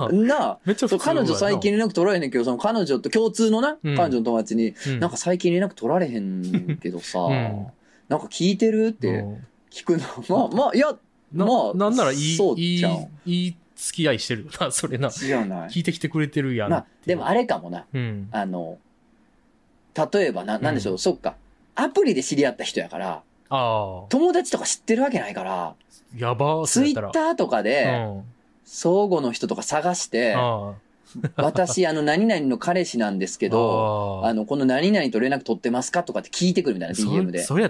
S2: ゃ、
S1: なあ。
S2: めっちゃ普通
S1: そう、彼女最近連絡取られへんねんけど、その彼女と共通のな、
S2: うん
S1: 彼女の友達に、
S2: うん
S1: なんか最近連絡取られへんけどさ、
S2: うん
S1: なんか聞いてるっ
S2: う
S1: て
S2: ん
S1: 聞くの、まあ、まあ、いや、
S2: な
S1: まあ
S2: なんならいい、
S1: そう
S2: い
S1: ち
S2: い
S1: ゃう、
S2: いい付き合いしてるよな、 それな。
S1: 違うない。
S2: 聞いてきてくれてるやん。
S1: まあ、でもあれかもな、
S2: うん。
S1: あの、例えばな、なんでしょう、
S2: う
S1: そっか。アプリで知り合った人やから、
S2: ああ、
S1: 友達とか知ってるわけないから、
S2: やばー、そ
S1: ツ
S2: う
S1: イ
S2: や
S1: ッ
S2: っ
S1: タ
S2: たら
S1: ーとかで、
S2: うん。
S1: 相互の人とか探して、
S2: ああ。
S1: 私、あの、何々の彼氏なんですけど、
S2: ど
S1: あの、この何々と連絡取ってますかとかって聞いてくるみたいな、
S2: そ
S1: DM で。
S2: それや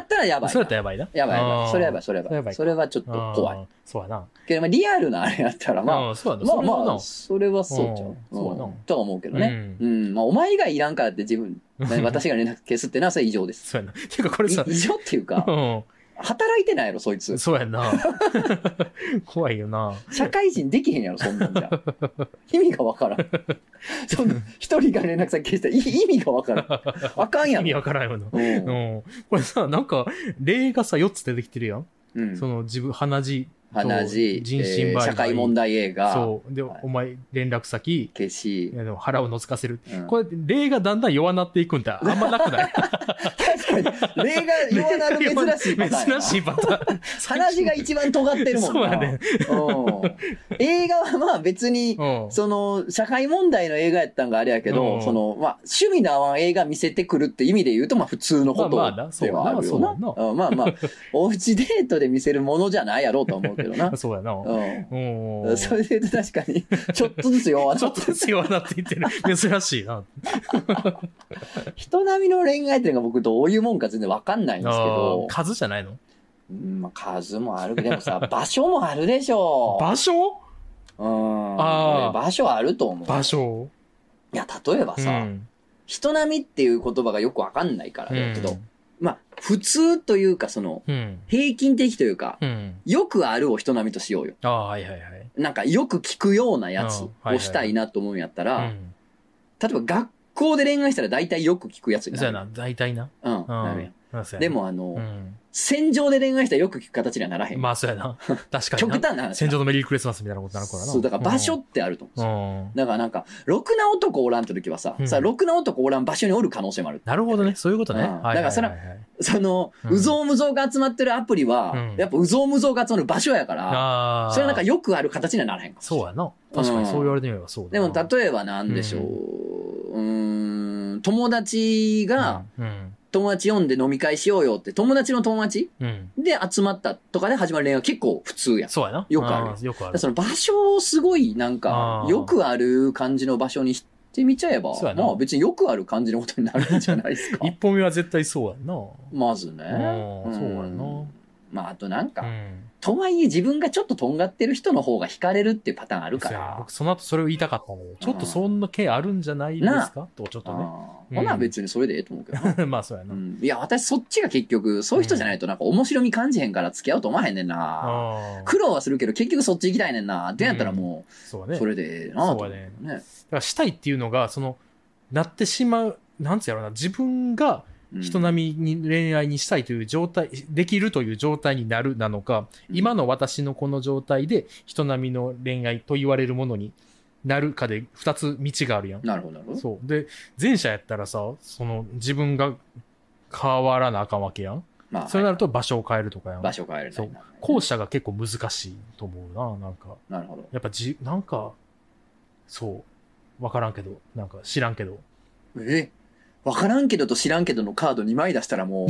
S2: ったらやばいな。
S1: それやったらやばいな。
S2: それやった
S1: やばい
S2: らやばいな。
S1: やば
S2: あ
S1: い。
S2: ー
S1: それやばい、それやば
S2: そ
S1: い
S2: れや。ばいか
S1: それはちょっと怖
S2: あ
S1: い。
S2: ー。そうやな。
S1: けど、まあ、リアルなあれやったら、ま
S2: あー、そうや
S1: あ、ま
S2: な。それは
S1: あま
S2: な
S1: あ、それはそうじゃん。
S2: そうやな
S1: うんとは思うけどね。
S2: う
S1: うん。まあ、お前以外いらんからって自 分、ね私が連絡消すってのは、それ異常です。
S2: そうやな。 てかこれさ
S1: い、異常っていう か
S2: う、ん。
S1: 働いてないやろ、そいつ。
S2: そうやんな。 怖いよな。
S1: 社会人できへんやろ、そんなんじ ゃ。意味がわからん。その、一人が連絡先消したら、い意味がわからん。あかんやろ
S2: 意味。わからんよな。
S1: う。
S2: うんん。これさ、なんか、例がさ、4つ出てきてるやん。
S1: うん
S2: その、自分、鼻血と。
S1: 鼻血、
S2: 人
S1: え
S2: 身
S1: ー
S2: 売買。
S1: 社会問題映画、
S2: そう。で、
S1: はい
S2: お前、連絡先、
S1: 消し
S2: い、やでも腹をのつかせる。
S1: うん
S2: これ、例がだんだん弱なっていくんだ。あんまなくない
S1: 確かに、例が言わなる珍しいパターンや
S2: 珍
S1: な。
S2: しいパターン。
S1: 話が一番尖ってるもんな。
S2: そうやね
S1: うん映画はまあ別 に、
S2: うん。
S1: その、社会問題の映画やったんがあれやけど、
S2: うん
S1: その、まあ、趣味の合わん映画見せてくるって意味で言うと、まあ普通のこと
S2: まあまあなそう
S1: で
S2: やな
S1: はあるよな。
S2: そう。
S1: うんまあまあ、おうちデートで見せるものじゃないやろうとは思うけどな
S2: そうやな。
S1: う。
S2: うんん。
S1: それで言うと確かに、ちょっとずつ弱
S2: ち
S1: な
S2: ょっ
S1: っ
S2: と
S1: て
S2: ずつ弱なって いってる。珍しいな。
S1: 人並みの恋愛っていうのが僕どういうもんか全然わかんないんですけ
S2: あー
S1: ど、
S2: 数じゃないの
S1: うんまあ、数もあるけど、で もさ、場所もあるでしょう。
S2: 場所
S1: うん。
S2: あー
S1: 俺場所あると思う。
S2: 場所
S1: いや、例えばさ、
S2: うん
S1: 人並みっていう言葉がよくわかんないからだけど、
S2: うん
S1: まあ、普通というか、その、
S2: うん。
S1: 平均的というか、
S2: うん。
S1: よくあるを人並みとしようよ。
S2: ああ、はいはいはい。
S1: なんか、よく聞くようなやつ
S2: うんはいはい
S1: をしたいなと思うんやったら、
S2: うん
S1: 例えば学校で恋愛したら大体よく聞くやつに
S2: そう
S1: な
S2: や
S1: る。
S2: な、大体な。
S1: うん、
S2: うん
S1: なるやん。
S2: まあそうやな
S1: で、も、あの、
S2: うん
S1: 戦場で恋愛したらよく聞く形にはならへん。
S2: まあそうや な。確かに
S1: 極
S2: な。
S1: 端な話。
S2: 戦場のメリークリスマスみたいなことになるからな。
S1: そう、だから場所ってあると思うんです
S2: う
S1: よ。
S2: ん。うん
S1: だからなんか、ろくな男おらんって時はさ、
S2: うん
S1: さ、ろくな男おらん場所におる可能性もある。
S2: なるほどね。そういうことね。
S1: う
S2: は
S1: ん
S2: いはい
S1: だからそれ
S2: はいはい
S1: その、
S2: うん
S1: うぞうむぞうが集まってるアプリは、
S2: うん
S1: やっぱうぞうむぞうが集まる場所やから、
S2: ああ。
S1: それはなんかよくある形にはならへんかもしれん
S2: そうやな。確かにそう言われてみればそう
S1: で
S2: だな。
S1: も、例えばなんでしょう、うーん、友達が、
S2: うん。
S1: 友達呼んで飲み会しようよって、友達の友達
S2: うん。うん
S1: で集まったとかで始まる恋愛は結構普通やん。
S2: そうやな。
S1: よくある
S2: ーよくあ
S1: だか
S2: る
S1: ら。その場所をすごいなんか
S2: あ、ー
S1: よくある感じの場所にしって見ちゃえば
S2: そうや、な
S1: まあ別によくある感じのことになるんじゃないで すか
S2: 一。本目は絶対そうやんな。う
S1: まずね。
S2: ん、そうや
S1: うん
S2: な。
S1: まああとなんか、
S2: うん。
S1: とはいえ自分がちょっととんがってる人の方が惹かれるっていうパターンあるか
S2: そうやな
S1: ら。
S2: 僕その後それを言いたかったのよ。ちょっとそんな系あるんじゃないですかと、ちょっと
S1: あ
S2: ね。う
S1: ー
S2: ん
S1: ほな別にそれでええと思うけどな。
S2: まあそうやな。
S1: うんいや、私そっちが結局、そういう人じゃないとなんか面白み感じへんから付き合うと思わへんねんな。
S2: ああ。
S1: 苦労はするけど結局そっち行きたいねんな。でやったらも
S2: そう
S1: う、
S2: ね。
S1: それでええなと
S2: そ
S1: 思
S2: う
S1: う
S2: やね
S1: ね。
S2: だからしたいっていうのが、その、なってしまう、なんつうやろな、自分が
S1: うん
S2: 人並みに恋愛にしたいという状態、できるという状態になるなのか、
S1: うん
S2: 今の私のこの状態で人並みの恋愛と言われるものになるかで、二つ道があるやん。
S1: なるほど、なるほど。
S2: そう。で、前者やったらさ、その、自分が変わらなあかんわけやん。
S1: まあ、
S2: そうなると場所を変えるとかやん。
S1: 場所変える
S2: そう後者が結構難しいと思うな、なんか。
S1: なるほど。
S2: やっぱじ、なんか、そう、わからんけど、なんか知らんけど。
S1: えわからんけどと知らんけどのカード2枚出したら もう、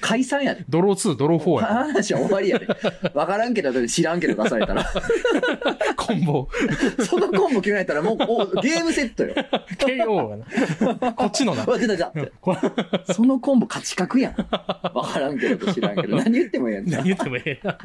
S1: 解散やで。
S2: ドロー2、ドロー4やな
S1: 話は終わりやで。わからんけどと知らんけど出されたら、
S2: コンボ、
S1: そのコンボ決められたらもうおゲームセットよ。
S2: KO や な。こっちのな。
S1: わ出たじゃんって。
S2: こ
S1: そのコンボ勝ち確や ん。わからんけどと知らんけど。何言ってもええんだ
S2: 何。言ってもええな。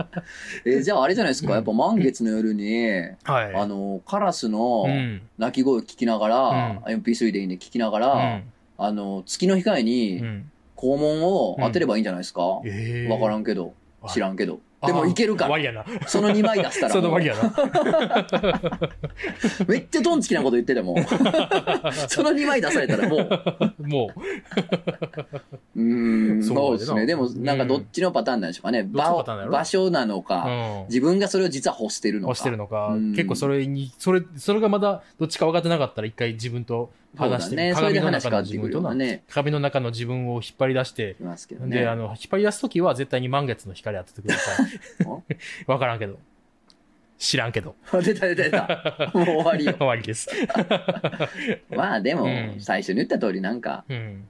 S1: えーじゃああれじゃないですか。やっぱ満月の夜に、
S2: はい。
S1: あの、カラスの
S2: うん。
S1: 鳴き声を聞きながら、MP3 でいいんで聞きながら、
S2: うん。
S1: あの、月の光
S2: う
S1: に
S2: ん。
S1: 肛門を当てればいいんじゃないですか。わ、
S2: ええ
S1: からんけど、知らんけど。でもいけるか
S2: 終
S1: ら
S2: わ。りやな。
S1: その2枚出したら
S2: その
S1: もう
S2: 終わりやな。
S1: めっちゃトンチキなこと言ってて もその2枚出されたらもう
S2: も
S1: うーん
S2: そう
S1: そうです
S2: や
S1: ね
S2: な
S1: でもなんかどっちのパターンなんでしょうかね、
S2: ん
S1: 場
S2: どっちのパターンだ
S1: を
S2: ろう
S1: 場所なの
S2: う。う
S1: か、
S2: ん。
S1: 自分がそれを実は欲してるのか
S2: 押してるのか
S1: うん、
S2: 結構それに、それ、それがまだどっちか分かってなかったら一回自分と
S1: そうだ
S2: 話してみ
S1: ね
S2: る、
S1: それ
S2: 鏡
S1: で
S2: の
S1: 話
S2: 中
S1: 変
S2: の
S1: わって
S2: 自
S1: くるよ
S2: 分と
S1: う
S2: な
S1: な。ね
S2: 鏡の中の自分を引っ張り出して、
S1: いますけどね
S2: で、あの、引っ張り出すときは絶対に満月の光当ててく ださい
S1: お。
S2: わからんけど。知らんけど。
S1: 出た出た出 たもう終わりよ
S2: 終わりです。
S1: まあでも、
S2: うん
S1: 最初に言った通りなんか
S2: うん。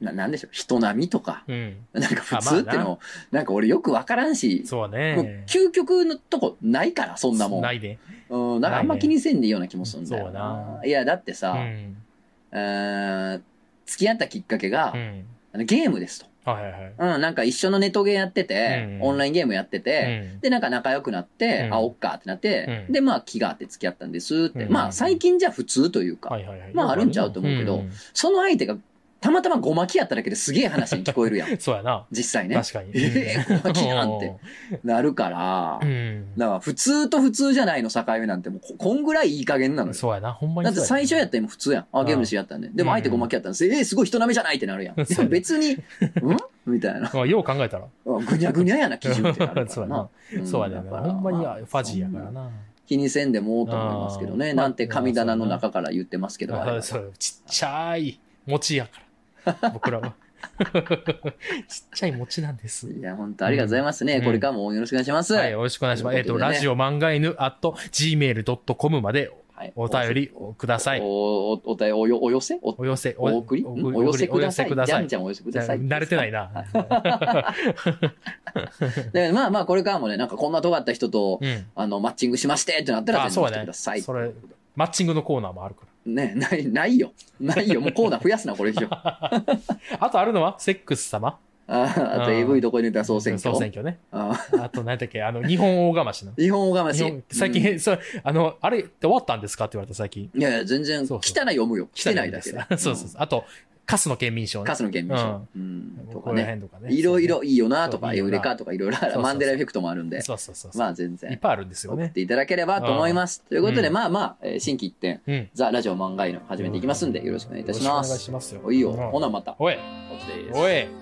S1: ななんでしょう人並みとか
S2: うん。
S1: なんか普通って
S2: あまあ
S1: のなんか俺よくわからんし
S2: そう
S1: もう
S2: ね。
S1: 究極のとこないからそんなもん
S2: ないで。
S1: うん、なんかあんま気にせんでいいような気もするんだよ
S2: そうや
S1: な。
S2: ない
S1: や、だって
S2: う
S1: さ、
S2: ん。
S1: うーん付き合ったきっかけが、
S2: うん。
S1: あのゲームですと。
S2: はいはいはい。
S1: うん、なんか一緒のネットゲーやってて、
S2: うん
S1: オンラインゲームやってて、で、なんか仲良くなって、
S2: うん
S1: あ、おっかってなって、
S2: うん
S1: で、まあ、気があって付き合ったんですって。
S2: うん
S1: まあ、最近じゃ普通というか、
S2: うんはいはいはい。
S1: まああるんちゃうと思うけど
S2: ん。
S1: その相手がたまたまごまきやっただけですげえ話に聞こえるやん
S2: そうやな。
S1: 実際ね。
S2: 確かに。
S1: ええこんな気なんてなるから
S2: う、ん。
S1: だから普通と普通じゃないの境目なんてもうこ、こんぐらいいい加減なのよ。
S2: そうやな。ほんまに
S1: だって
S2: そう
S1: 最初やったら今普通やん。あ、ゲームで知り合ったんで。でも相手ごまきやったんです。えー、すごい人並みじゃないってなるやん。い
S2: そう
S1: や
S2: や
S1: 別に、んみたい な。
S2: まあよう考えたら。
S1: あぐにゃぐにゃやな基準ってなるか
S2: そ
S1: ら
S2: うやな
S1: な。。ん
S2: そうやね。
S1: だから
S2: ほんまにフ
S1: あ
S2: ァジーやからな。
S1: 気にせんでもおうと思いますけど
S2: あ
S1: ね。
S2: ー
S1: なんて神棚の中から言ってますけど。あれ
S2: あ
S1: は
S2: そうちっちゃい餅や から。僕らは。 ちっちゃい餅なんです。
S1: いや、本当ありがとうございますね。
S2: うん
S1: これからもよろしくお願いします。
S2: はい、よろしくお願いします。えっ、
S1: という
S2: と、
S1: ことでね
S2: ラジオ漫画犬 at gmail.com まで
S1: はい
S2: お便りをください。
S1: お、お、お便り、およ、お寄せお、
S2: お寄せ、
S1: お送りん
S2: お
S1: お寄せください。
S2: お寄せくだ
S1: じゃ
S2: さ
S1: ん
S2: い。
S1: じゃんお寄せください。
S2: 慣れてないな。
S1: で。まあまあ、これからもね、なんかこんな尖った人と、
S2: うん。
S1: あの、マッチングしましてってなったら、
S2: あ
S1: 全
S2: そう
S1: 部
S2: や
S1: 来て
S2: ね
S1: ください。
S2: それマッチングのコーナーもあるか
S1: ね、ない、ないよ。ないよ。もうコーナー増やすな、これ 以上。あ
S2: ら。 あとあるのは、セックス様。
S1: ーあと
S2: うん
S1: AV どこに出たら総選挙。
S2: ね。
S1: あー
S2: あと、何だっけ、あの、日本大釜しな。
S1: 日本大釜
S2: 日
S1: し
S2: 本。最近、
S1: う
S2: そう、あの、あれって終わったんですかって言われた最近。
S1: んいやいや、全然、
S2: そう
S1: 汚
S2: そう
S1: い読むよ。来てないだ
S2: で
S1: け
S2: す。
S1: で
S2: そうそうそう。あと、カスの県民賞
S1: うん
S2: ね
S1: カ。スの県民賞。うん。とか
S2: この
S1: ね。
S2: 辺とかね。
S1: いろいろいいよなと
S2: そ
S1: か、
S2: ういい
S1: エ
S2: よ
S1: ウ
S2: な
S1: レカとかいろいろあ
S2: そう
S1: る。
S2: そうそう
S1: マンデラエフェクトもあるんで。
S2: そうそうそうそう。
S1: まあ全
S2: いっ
S1: 然。
S2: ぱいあるんですよ
S1: 送っ
S2: ね。
S1: ていただければと思います。ということで、
S2: うん
S1: まあまあ、えー新規一点、
S2: うん。
S1: ザ・ラジオ漫画の始めていきますんで、よろしくお願いいたしま
S2: よろ
S1: ま
S2: くお願い
S1: す。
S2: しますよ。
S1: おいよ。
S2: うん
S1: ほなまた。
S2: おい、
S1: お疲れ様です
S2: おい。